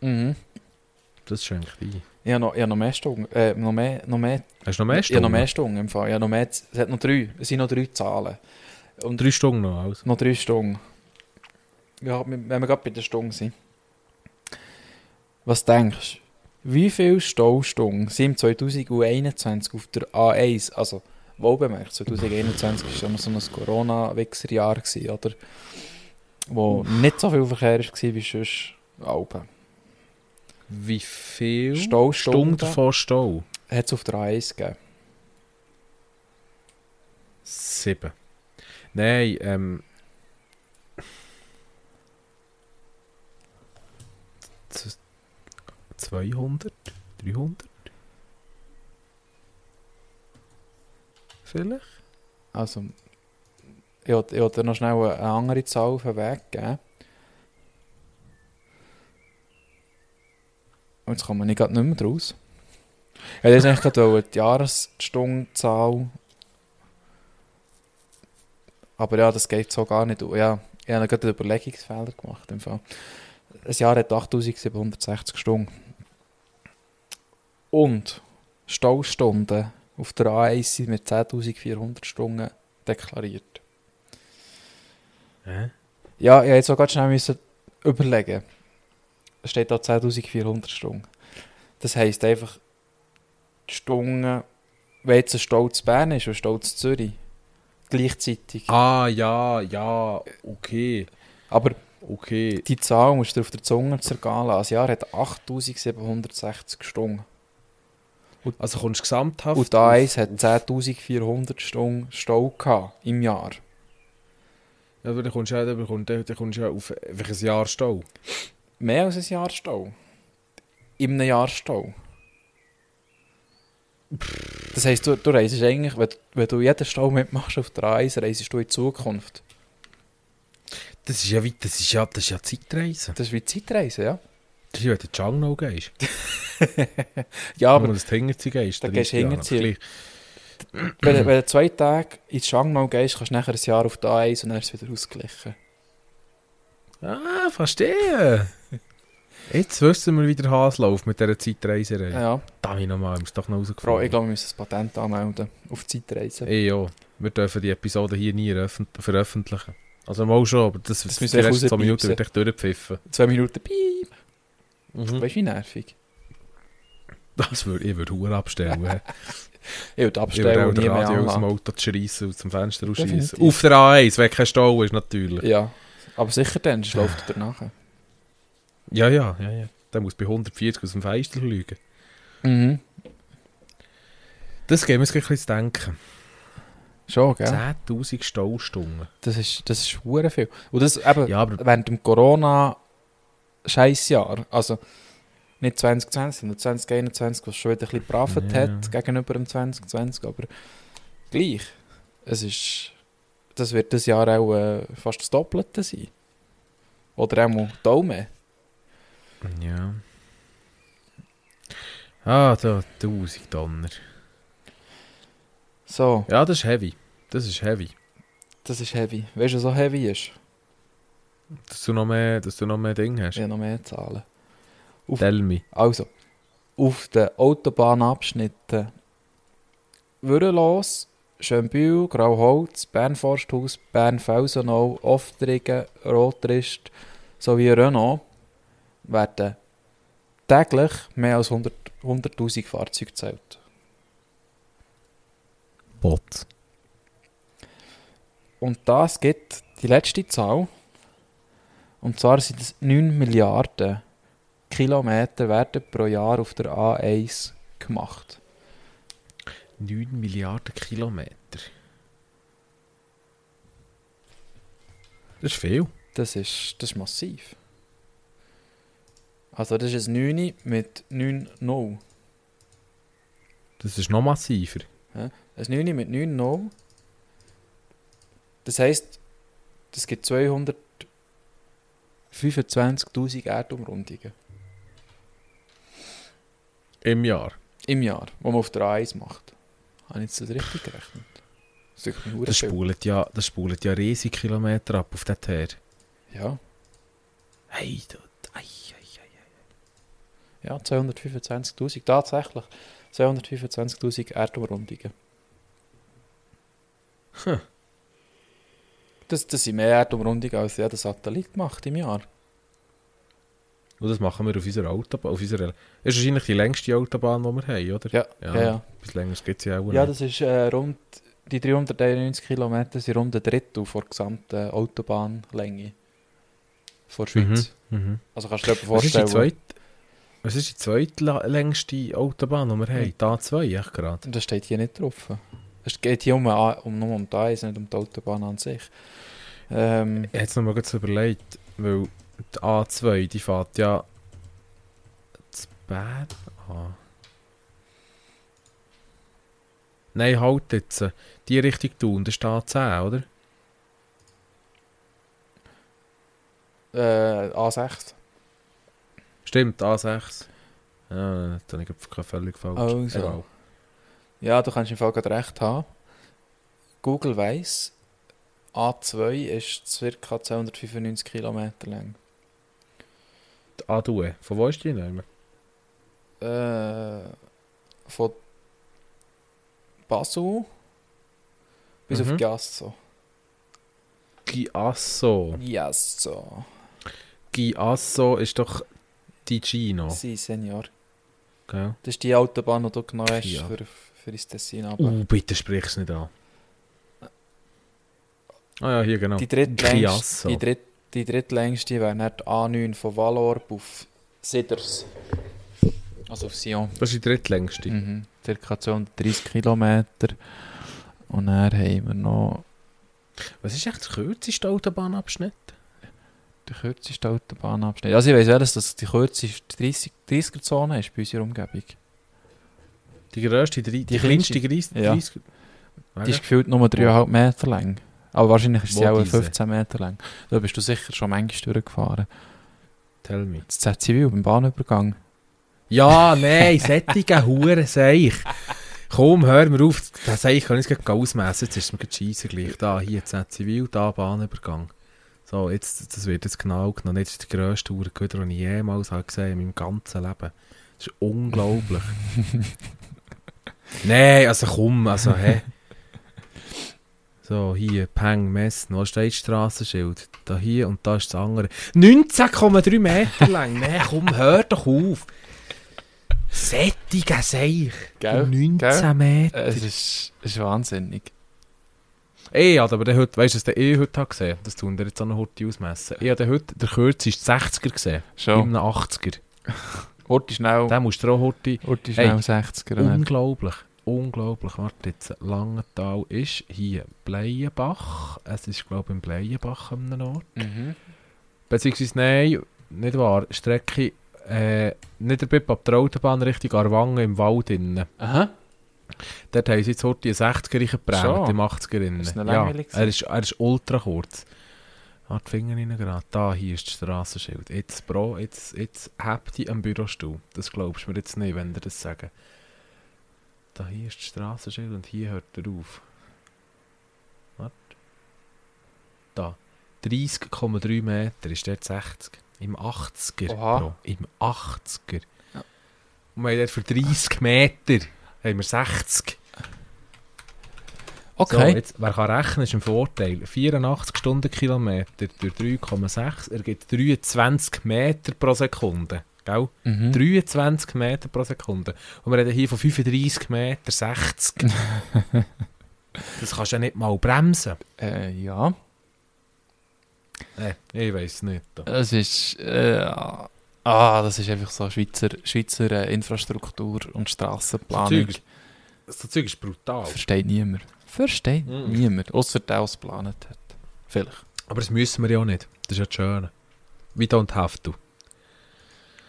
D: Mhm.
C: Das schenkt ein.
D: Ich habe noch, ich habe noch mehr Stunden, äh, noch mehr, noch mehr
C: Hast du noch mehr
D: Ich habe
C: Stunden?
D: noch mehr Stunden im Fall. Ich habe noch mehr, es hat noch drei, es sind noch drei Zahlen. Und
C: Drei Stunden noch, also.
D: noch drei Stunden. Ja, wenn wir gerade bei der Stunde sind. Was denkst du? Wie viele Staustunden sind im 2021 auf der A1? Also, wohlbemerkt, 2021 war ja noch so ein Corona-Wechseljahr, gewesen, oder? Wo nicht so viel Verkehr war wie sonst Alpen.
C: Wie viel
D: Staustunden
C: Stunden vor Stau?
D: hat es auf der A1 gegeben.
C: Sieben. Nein, ähm. z- 200? 300? Vielleicht?
D: Also, ich wollte ich wollte dir noch schnell eine eine andere Zahl auf den Weg geben. Und jetzt kommen wir nicht gerade nicht mehr draus. Ich wollte jetzt eigentlich gerade wollen, die Jahresstundenzahl. Aber ja, das geht so gar nicht. Ja, ich habe gerade einen Überlegungsfehler gemacht. Im Fall. Ein Jahr hat 8760 Stunden. Und Staustunden auf der A1 sind mit 10.400 Stunden deklariert.
C: Hä?
D: Ja, ich musste jetzt auch ganz schnell müssen überlegen. Es steht da 10.400 Stunden. Das heisst einfach, die Stunden, wenn jetzt ein Stolz Bern ist und ein Stolz Zürich, gleichzeitig.
C: Ah, ja, ja, okay.
D: Aber
C: Okay.
D: die Zahl musst du dir auf der Zunge zergehen lassen. Ein Jahr hat 8.760 Stunden.
C: Also kommst du gesamthaft.
D: Und die A1 hat 10.400 Stunden Stau gehabt im Jahr.
C: Ja, aber dann kommst du ja, dann kommst du dann kommst du ja auf einfach ein Jahr Stau.
D: Mehr als ein Jahr Stau. In einem Jahr Stau. Das heisst, du, du reisest eigentlich, wenn, wenn du jeden Stau mitmachst auf der Reise, reisest du in die Zukunft.
C: Das ist ja weit, das ist ja, das ist ja Zeitreisen.
D: Das ist wie Zeitreise, ja?
C: Das ist ja, wenn du in die Jungle gehst.
D: Ja,
C: Aber
D: aber
C: das Hingerziehen ist.
D: Da
C: dann
D: gehst du
C: ist ja noch
D: hinterziehen.
C: gleich.
D: wenn, du- wenn du zwei Tage ins Shangnau gehst, kannst du nachher ein Jahr auf der Eis und dann ist es wieder ausgeglichen.
C: Ah, verstehe. Jetzt wissen wir, wie der Hase läuft mit dieser Zeitreiserei.
D: Ja,
C: Ja.
D: ja.
C: Da habe ich nochmal, ich doch noch
D: Frau, ich
C: rausgefunden.
D: glaube, wir müssen das Patent anmelden auf Zeitreise.
C: Ey, ja. Wir dürfen die Episode hier nie eröffent- veröffentlichen. Also mal schon, aber das,
D: Das
C: das
D: müssen
C: die
D: wir
C: letzten zwei
D: rauspiepsen.
C: Minuten wird echt durchgepfiffen.
D: Zwei Minuten, piep.
C: Mhm.
D: Weißt du, wie nervig?
C: Das würde ich würde Huren abstellen.
D: Ich würde
C: ich würde
D: abstellen
C: auch
D: und nie
C: den
D: mehr
C: Radio aus dem
D: anlassen.
C: Auto schreissen und zum Fenster rausschießen.
D: Definitiv.
C: Auf der A1, wenn kein Stau ist, natürlich.
D: Ja, aber sicher dann, sonst läuft er danach.
C: Ja, ja, ja, ja. Der muss bei 140 aus dem Fenster lügen.
D: Mhm.
C: Das geben wir uns gleich ein bisschen zu denken.
D: Schon, gell?
C: 10.000 Staustunden.
D: Das ist, das ist hure viel. Und das eben
C: Ja, aber
D: während dem corona scheißjahr also nicht 2020, sondern 2021, was schon wieder ein bisschen bravet
C: Ja.
D: hat gegenüber dem 2020, aber gleich. Es ist, das wird das Jahr auch äh, fast das Doppelte sein. Oder auch mal Daumen.
C: Ja. Ah, da, 1000 Donner.
D: So,
C: Ja, das ist heavy. Das ist heavy.
D: das ist heavy. Weißt du, was so heavy ist?
C: Dass du noch mehr, dass du noch mehr Dinge hast.
D: Ich habe noch mehr Zahlen.
C: Tell me.
D: Also, auf den Autobahnabschnitten Würrelos, Schönbühl, Grauholz, Bernforsthaus, Bern-Felsenau, Oftringen, Rotrist sowie Renault werden täglich mehr als 100 100'000 Fahrzeuge gezählt.
C: Bot.
D: Und das gibt die letzte Zahl. Und zwar sind es 9 Milliarden Kilometer werden pro Jahr auf der A1 gemacht.
C: 9 Milliarden Kilometer. Das ist viel.
D: Das ist, das ist massiv. Also das ist ein 9 mit 9 0.
C: Das ist noch massiver.
D: Ein 9 mit 9 0. Das heisst, es gibt 225'000 Erdumrundungen
C: Im Jahr.
D: im Jahr, die man auf der A1 macht. Habe ich jetzt das richtig gerechnet? Das ist doch
C: Das
D: nicht viel.
C: spult ja, das spult ja riesige Kilometer ab auf den Teer.
D: Ja,
C: Hey, du. Ei, ei, ei.
D: ja 225'000, tatsächlich. 225'000 Erdumrundungen.
C: Hm.
D: Das, das sind mehr Erdumrundungen, als jeder Satellit macht im Jahr.
C: Und das machen wir auf unserer Autobahn. Auf unserer, das ist wahrscheinlich die längste Autobahn, die wir haben, oder?
D: Ja,
C: ja.
D: ja, ja.
C: Bis länger gibt es ja auch
D: Ja, das ist äh, rund, die 391 Kilometer sind rund ein Drittel von der gesamten Autobahnlänge von der Schweiz.
C: Mhm.
D: Also kannst du dir etwa
C: Was ist, die
D: vorstellen.
C: zweit, was ist die zweitlängste Autobahn, die wir haben? Die A2, echt gerade.
D: das steht hier nicht drauf. Es geht hier um, eine A- um, nur um die A1, nicht um die Autobahn an sich. Ähm,
C: Ich habe es nochmal überlegt, weil die A2, die fährt ja zu Bern Ah. an. Nein, halt jetzt. Die Richtung tun, das ist die A10, oder?
D: äh, A6.
C: Stimmt, A6. Ja, da habe ich gerade völlig falsch.
D: Also.
C: Egal.
D: Ja, du kannst im Fall gerade recht haben. Google weiss, A2 ist ca. 295 Kilometer lang.
C: Die A2, von wo ist die Name?
D: äh, von Basel bis
C: Mhm.
D: auf Giasso.
C: Giasso.
D: Giasso.
C: Giasso ist doch Ticino,
D: Sie, Senior.
C: gell?
D: Das ist die Autobahn, die du genommen hast
C: Ja.
D: für, für das Tessin. runter.
C: Uh, bitte sprich's nicht an. Ah ja, hier genau.
D: Die
C: Giasso.
D: drittlängste, die, dritt, die drittlängste wäre dann die A9 von Valorb auf Siders. Also auf Sion.
C: Das ist die drittlängste.
D: Mhm. Circa 230 Kilometer. Und dann haben wir noch
C: Was ist echt der kürzeste Autobahnabschnitt?
D: den kürzesten Autobahnabschnitt. Also ich weiss alles, dass das die kürzeste 30 30er-Zone ist bei unserer Umgebung.
C: Die grösste, die, die,
D: Die
C: kleinste,
D: kleinste.
C: die kleinste,
D: Ja. Die ist gefühlt nur 3,5 Meter lang. Aber wahrscheinlich ist
C: Wo
D: sie auch
C: diese?
D: 15 Meter lang. Da bist du sicher schon manchmal durchgefahren.
C: Tell me.
D: Das Z-Zivil beim Bahnübergang.
C: Ja, nein, sättige Huren, Seich. Komm, hör mir auf. Das Seich kann ich jetzt gleich ausmessen. Jetzt ist es mir gerade scheisse gleich. Da, hier, jetzt hat Zivil, da, Bahnübergang. So, jetzt, das wird jetzt genau genommen. Jetzt ist die grösste Uhrenköder, die ich jemals habe gesehen in meinem ganzen Leben. Das ist unglaublich. nein, also komm, also, hä? So, hier, Peng, Messen, wo steht das Strassenschild? Da hier und da ist das andere. 19,3 Meter lang! Nein, komm, hör doch auf! Sättigen Seich.
D: Gell?
C: 19
D: Gell?
C: Meter.
D: Äh, Es ist, es ist wahnsinnig.
C: Ey, ja, aber der heute, weißt du, was der eh heute hat gesehen Das tun wir jetzt auch noch heute ausmessen. Ich habe den heute, der kürzeste 60er gesehen.
D: Schon.
C: Im 80er.
D: Horti schnell.
C: Den musst du auch heute.
D: Horti
C: Hey.
D: schnell 60er. ne?
C: Unglaublich. Unglaublich. Warte jetzt. Langenthal ist hier Bleienbach. Es ist, glaube ich, in Bleienbach an einem Ort.
D: Mhm.
C: Beziehungsweise, nein, nicht wahr. Strecke, äh, nicht der Bip ab der Autobahn Richtung Arwangen im Wald innen.
D: Aha.
C: Dort haben sie jetzt heute die 60er
D: Schon?
C: geprägt, im 80er innen.
D: Ist noch
C: ja,
D: langweilig
C: er, ist, er ist ultra kurz. Ah, die Finger rein gerade. Da, hier ist das Strassenschild. Jetzt, Bro, jetzt, jetzt habt ihr am Bürostuhl. Das glaubst du mir jetzt nicht, wenn ihr das sagen. Da, hier ist das Strassenschild und hier hört er auf. Warte. Da. 30,3 Meter ist dort 60. Im 80er,
D: Oha.
C: Bro. Im 80er.
D: Ja.
C: Und wir haben dort für 30 Meter haben wir 60. So,
D: Okay.
C: jetzt, wer kann rechnen, ist ein Vorteil. 84 Stundenkilometer durch 3,6 ergibt 23 Meter pro Sekunde. Gell?
D: Mhm.
C: 23 Meter pro Sekunde. Und wir reden hier von 35 Meter 60. das kannst du ja nicht mal bremsen.
D: Äh, ja.
C: Äh, ich weiß nicht.
D: Es ist. Äh, ah, das ist einfach so Schweizer, Schweizer äh, Infrastruktur und Strassenplanung.
C: Zeug ist- So Zeug ist brutal.
D: Versteht niemand. Versteht
C: Mhm.
D: niemand. Außer der, der es geplant hat. Vielleicht.
C: Aber das müssen wir ja auch nicht. Das ist ja das Schöne. We don't have to.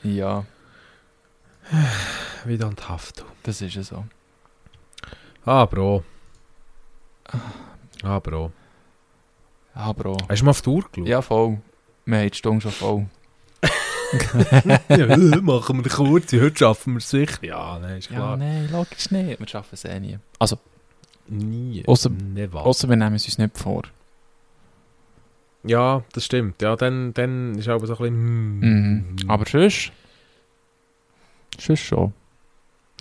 D: Ja,
C: We don't have to.
D: das ist ja so.
C: Ah, Bro. Ah, Bro.
D: Ah, Bro.
C: Hast du mal auf die Uhr geschaut?
D: Ja, voll. Wir haben die Stunde schon voll.
C: ja, äh, machen wir eine kurze, heute schaffen wir es sicher. Ja, nein, ist
D: Ja,
C: klar.
D: nein, logisch nicht. Wir schaffen es eh nie. Also,
C: Nie. Ne,
D: Ausser-
C: Never.
D: außer wir nehmen es uns nicht vor.
C: Ja, das stimmt. Ja, dann, dann ist aber so ein bisschen... mm,
D: Mhm. Aber sonst. Sonst schon.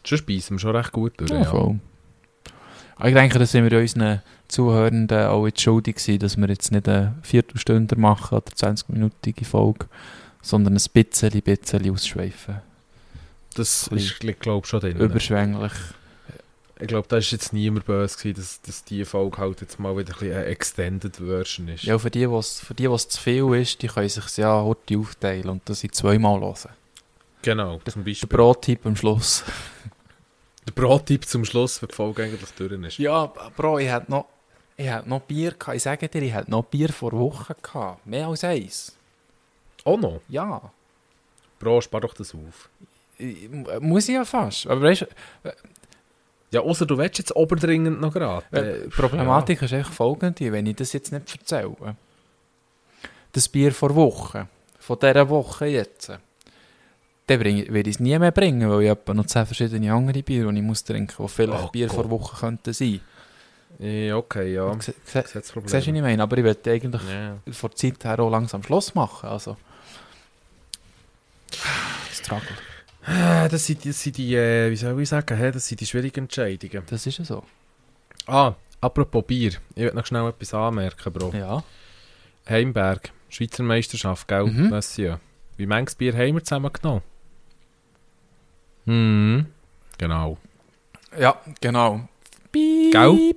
C: Schon speisen wir schon recht gut durch,
D: Ja,
C: ja.
D: voll. Aber Ich denke, das sind wir unseren Zuhörenden auch jetzt schuldig gewesen, dass wir jetzt nicht eine Viertelstunde machen oder 20-minütige Folge, sondern ein bisschen, bisschen ausschweifen.
C: Das
D: Ein
C: ist, glaube ich, schon drin.
D: Überschwänglich.
C: Ich glaube, da ist jetzt niemand böse gewesen, dass, dass die Folge halt jetzt mal wieder ein bisschen eine Extended Version ist.
D: Ja, für die, was für die, was zu viel ist, die können sich ja heute aufteilen und das in zweimal hören.
C: Genau, zum
D: Der
C: Beispiel.
D: Pro-Tipp am Schluss.
C: Der Pro-Tipp zum Schluss, wenn die Folge eigentlich durch ist.
D: Ja, Bro, ich hatte noch, ich hatte noch Bier, gehabt. ich sage dir, ich hatte noch Bier vor Wochen gehabt. Mehr als eins.
C: Oh no,
D: Ja.
C: Bro, spar doch das auf.
D: Ich- Muss ich ja fast. Aber weißt,
C: Ja, außer du willst jetzt oberdringend noch gerade.
D: Äh,
C: Äh,
D: die Problematik ist einfach folgende, wenn ich das jetzt nicht erzähle. Das Bier vor Wochen, von dieser Woche jetzt, dann bring, werde ich es nie mehr bringen, weil ich etwa noch zehn verschiedene andere Bier, die ich muss trinken muss, die vielleicht
C: Oh
D: Bier vor
C: Gott.
D: Wochen könnten sein.
C: Ja, Ja, okay, ja.
D: Se- se-
C: Gesetzproblem.
D: Siehst du, was ich meine? Aber ich werde eigentlich
C: Ja.
D: von der Zeit her auch langsam Schluss machen. Also. Struggle.
C: Äh, Das sind, die- das sind die, äh, wie soll ich sagen, hä, das sind die schwierigen Entscheidungen.
D: Das ist ja so.
C: Ah, apropos Bier, ich will noch schnell etwas anmerken, Bro.
D: Ja.
C: Heimberg, Schweizer Meisterschaft, gell?
D: Mhm.
C: Das ja. Wie manches Bier haben wir zusammen genommen? Mhm. Genau.
D: Ja, genau.
C: Gell?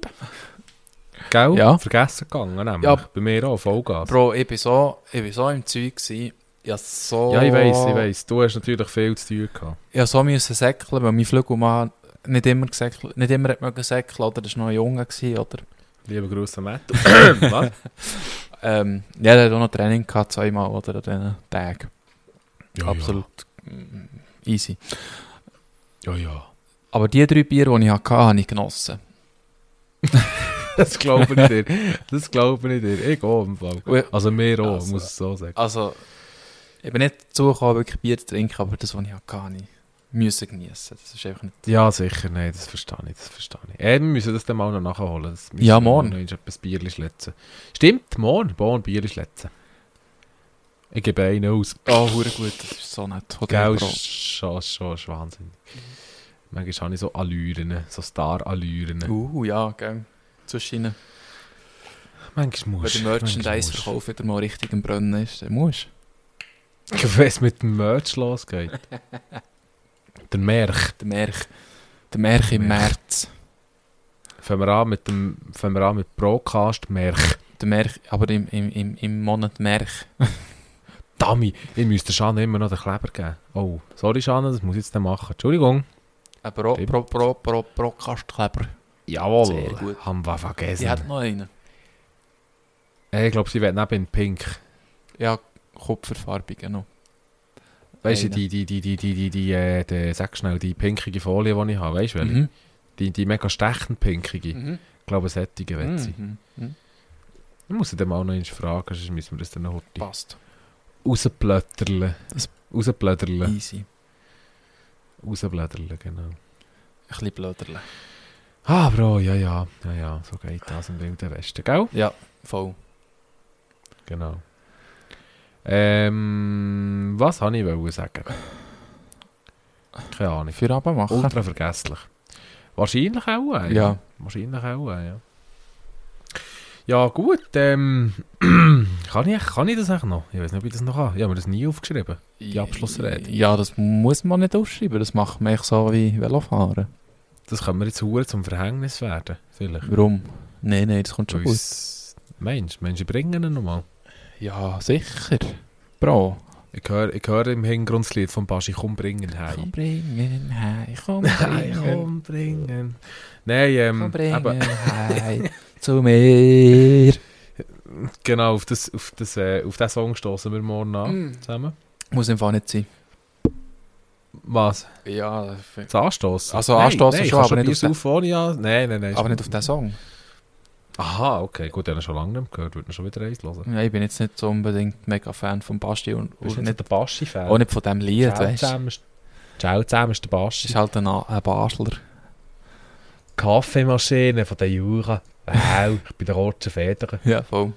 C: Gell?
D: Ja.
C: Vergessen gegangen, nämlich.
D: Ja.
C: Bei mir auch, Vollgas.
D: Bro, ich bin so, ich bin so im Zeug gewesen. Ich hab so...
C: Ja, ich weiss, ich weiss. Du hast natürlich viel zu tun gehabt.
D: Ich hab so müssen säckeln, weil mein Flügelmann nicht immer gesäckelt, nicht immer hat mögen säckeln, oder das war noch ein Junge, gewesen, oder?
C: Lieber Grüße, Matt. Was?
D: Ähm, ja, der hat auch noch Training gehabt, zweimal, oder, an diesen Tagen. Absolut mm, easy.
C: Ja, ja.
D: Aber die drei Bier, die ich hatte, habe ich genossen.
C: Das glaube ich dir. Das glaube ich dir. Ich auch im Fall.
D: Ui.
C: Also mir auch,
D: Also.
C: muss ich so sagen.
D: Also, ich bin nicht dazu gekommen, wirklich Bier zu trinken, aber das, was ich hatte, habe ich müssen geniessen. Das ist einfach nicht...
C: Ja, sicher, nein, das verstehe ich, das verstehe ich. Äh, wir müssen das dann mal noch nachholen. Das müssen
D: Ja,
C: wir
D: morgen.
C: Noch einmal etwas Bierli schletzen. Stimmt, morgen, morgen Bierli schletzen. Ich gebe einen aus.
D: Oh, hure gut, das ist so nett.
C: Gell,
D: Hotel Pro.
C: schon, schon, schon wahnsinnig. Manchmal habe ich so Allüren, so Star-Allüren.
D: Uh, ja, gell. Zwischen ihnen.
C: Manchmal
D: Wenn
C: musst
D: der
C: du.
D: Merchandise-Verkauf wieder mal richtig im Brunnen ist, dann musst
C: Wenn es mit dem Merch losgeht. Der Merch.
D: Der Merch. Der Merch im
C: Merch.
D: März.
C: Fangen wir an mit dem, fangen wir an mit Procast Merch.
D: Der Merch, aber im, im, im, im Monat Merch.
C: Dummy, ich müsste der Schanne immer noch den Kleber geben. Oh, sorry Schanne, das muss ich jetzt dann machen. Entschuldigung.
D: Ein Pro,
C: Stimmt.
D: Pro, Pro, Pro, Pro Kastkleber.
C: Jawohl.
D: Sehr gut.
C: Haben wir vergessen.
D: Die hat noch einen.
C: Ey, ich glaube, sie wird neben in Pink.
D: Ja, Kupferfarbigen noch.
C: Weißt du,
D: Einer.
C: die, die, die, die, die, die, die, äh, die, sag schnell, die pinkige Folie, die ich habe, weißt du, welche?
D: Mhm.
C: Die, die mega stechend pinkige.
D: Mhm.
C: Ich glaube, eine solche wird sie.
D: Mhm. Mhm.
C: Ich muss sie dann mal noch eins fragen, sonst müssen wir das dann noch heute
D: Passt.
C: rausblötterlen.
D: Das-
C: Rausblötterlen.
D: Easy.
C: Rausblötterlen, genau.
D: Ein bisschen blöderle.
C: Ah, Bro, ja, ja, ja, ja, so geht das im Wilden Westen, gell?
D: Ja, voll.
C: Genau. Ähm, was wollte ich wollen sagen? Keine Ahnung.
D: Für Abend machen.
C: Ultra vergesslich. Wahrscheinlich auch, äh,
D: Ja.
C: Wahrscheinlich auch, äh, ja. Ja, gut, ähm, kann ich, kann ich das eigentlich noch? Ich weiß nicht, ob ich das noch kann. Ich habe mir das nie aufgeschrieben. Die Abschlussrede.
D: Ja, das muss man nicht aufschreiben. Das macht man echt so wie Velofahren.
C: Das können wir jetzt hure zum Verhängnis werden, vielleicht.
D: Warum? Nein, nein, das kommt schon gut.
C: Weil's- Mensch, Menschen bringen ihn nochmal.
D: Ja, sicher. Bro.
C: Ich höre, ich höre im Hintergrund das Lied von Baschi, komm bringen
D: Komm
C: heim.
D: bringen, hei, komm bringen,
C: komm bringen. Nein, ähm,
D: komm bringen,
C: eben,
D: hei, zu mir.
C: genau, auf, das, auf, das, äh, auf den Song stoßen wir morgen an,
D: Mm.
C: zusammen.
D: Muss einfach nicht sein.
C: Was?
D: Ja,
C: Das Anstoßen?
D: Also anstossen
C: nein,
D: schon,
C: kannst
D: aber nicht
C: Bier
D: auf den-
C: saufen ohne an. Nein, nein, nein.
D: aber
C: ist-
D: nicht auf den Song.
C: Aha, okay, gut, den habe ich schon lange nicht mehr gehört. Würde ihn schon wieder eins hören.
D: Ja, ich bin jetzt nicht so unbedingt mega Fan von Basti und,
C: Bist
D: und
C: du nicht
D: nicht,
C: der Baschi-Fan?
D: auch nicht von dem Lied,
C: Ciao
D: weißt du.
C: zusammen ist- Ciao zusammen ist der
D: Das
C: Baschi.
D: ist halt ein, A- ein Basler.
C: Kaffeemaschine von der Jura. Wow, ich bin der rote Feder.
D: Ja, voll.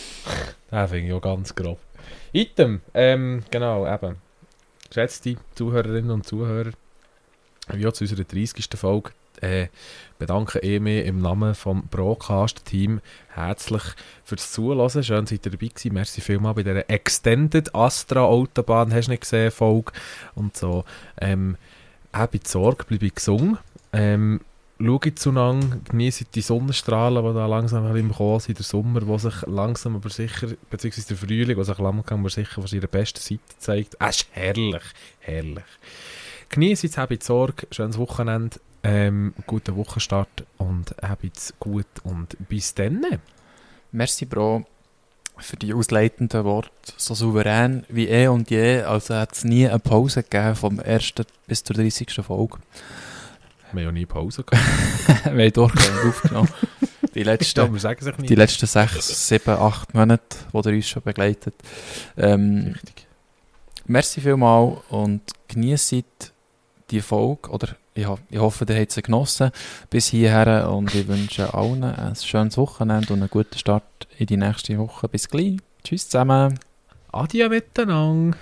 C: Den finde ich auch ganz grob. Item, ähm, genau, eben. Geschätzte Zuhörerinnen und Zuhörer, wie auch zu unserer 30. Folge, äh, bedanke ich mich im Namen vom Broadcast-Team herzlich fürs Zuhören. Schön, seid ihr dabei gewesen. Merci vielmals bei dieser Extended Astra-Autobahn, hast du nicht gesehen, Folge und so. Ähm, habt Sorge, bleibt gesund. Ähm, schaut zueinander, genießt die Sonnenstrahlen, die da langsam ein bisschen im Kommen sind, der Sommer, der sich langsam aber sicher, beziehungsweise der Frühling, der sich langsam aber sicher von seiner besten Seite zeigt. Ah, Es ist herrlich, herrlich. Genießt es, habt Sorge, schönes Wochenende, ähm, guten Wochenstart und habt es gut und bis dann.
D: Merci, Bro, für die ausleitenden Worte. So souverän wie eh und je. Also hat es nie eine Pause gegeben vom 1. bis zur 30. Folge.
C: Wir haben ja nie Pause gehabt.
D: Wir haben durchgehend aufgenommen. Die letzten,
C: wir sagen sich
D: die
C: nicht.
D: letzten sechs, sieben, acht Monate, die ihr uns schon begleitet. Ähm,
C: Richtig.
D: merci vielmal und genießt die Folge. Oder ich, ho- ich hoffe, ihr habt sie genossen bis hierher. Und ich wünsche allen ein schönes Wochenende und einen guten Start in die nächste Woche. Bis gleich. Tschüss zusammen.
C: Adieu miteinander.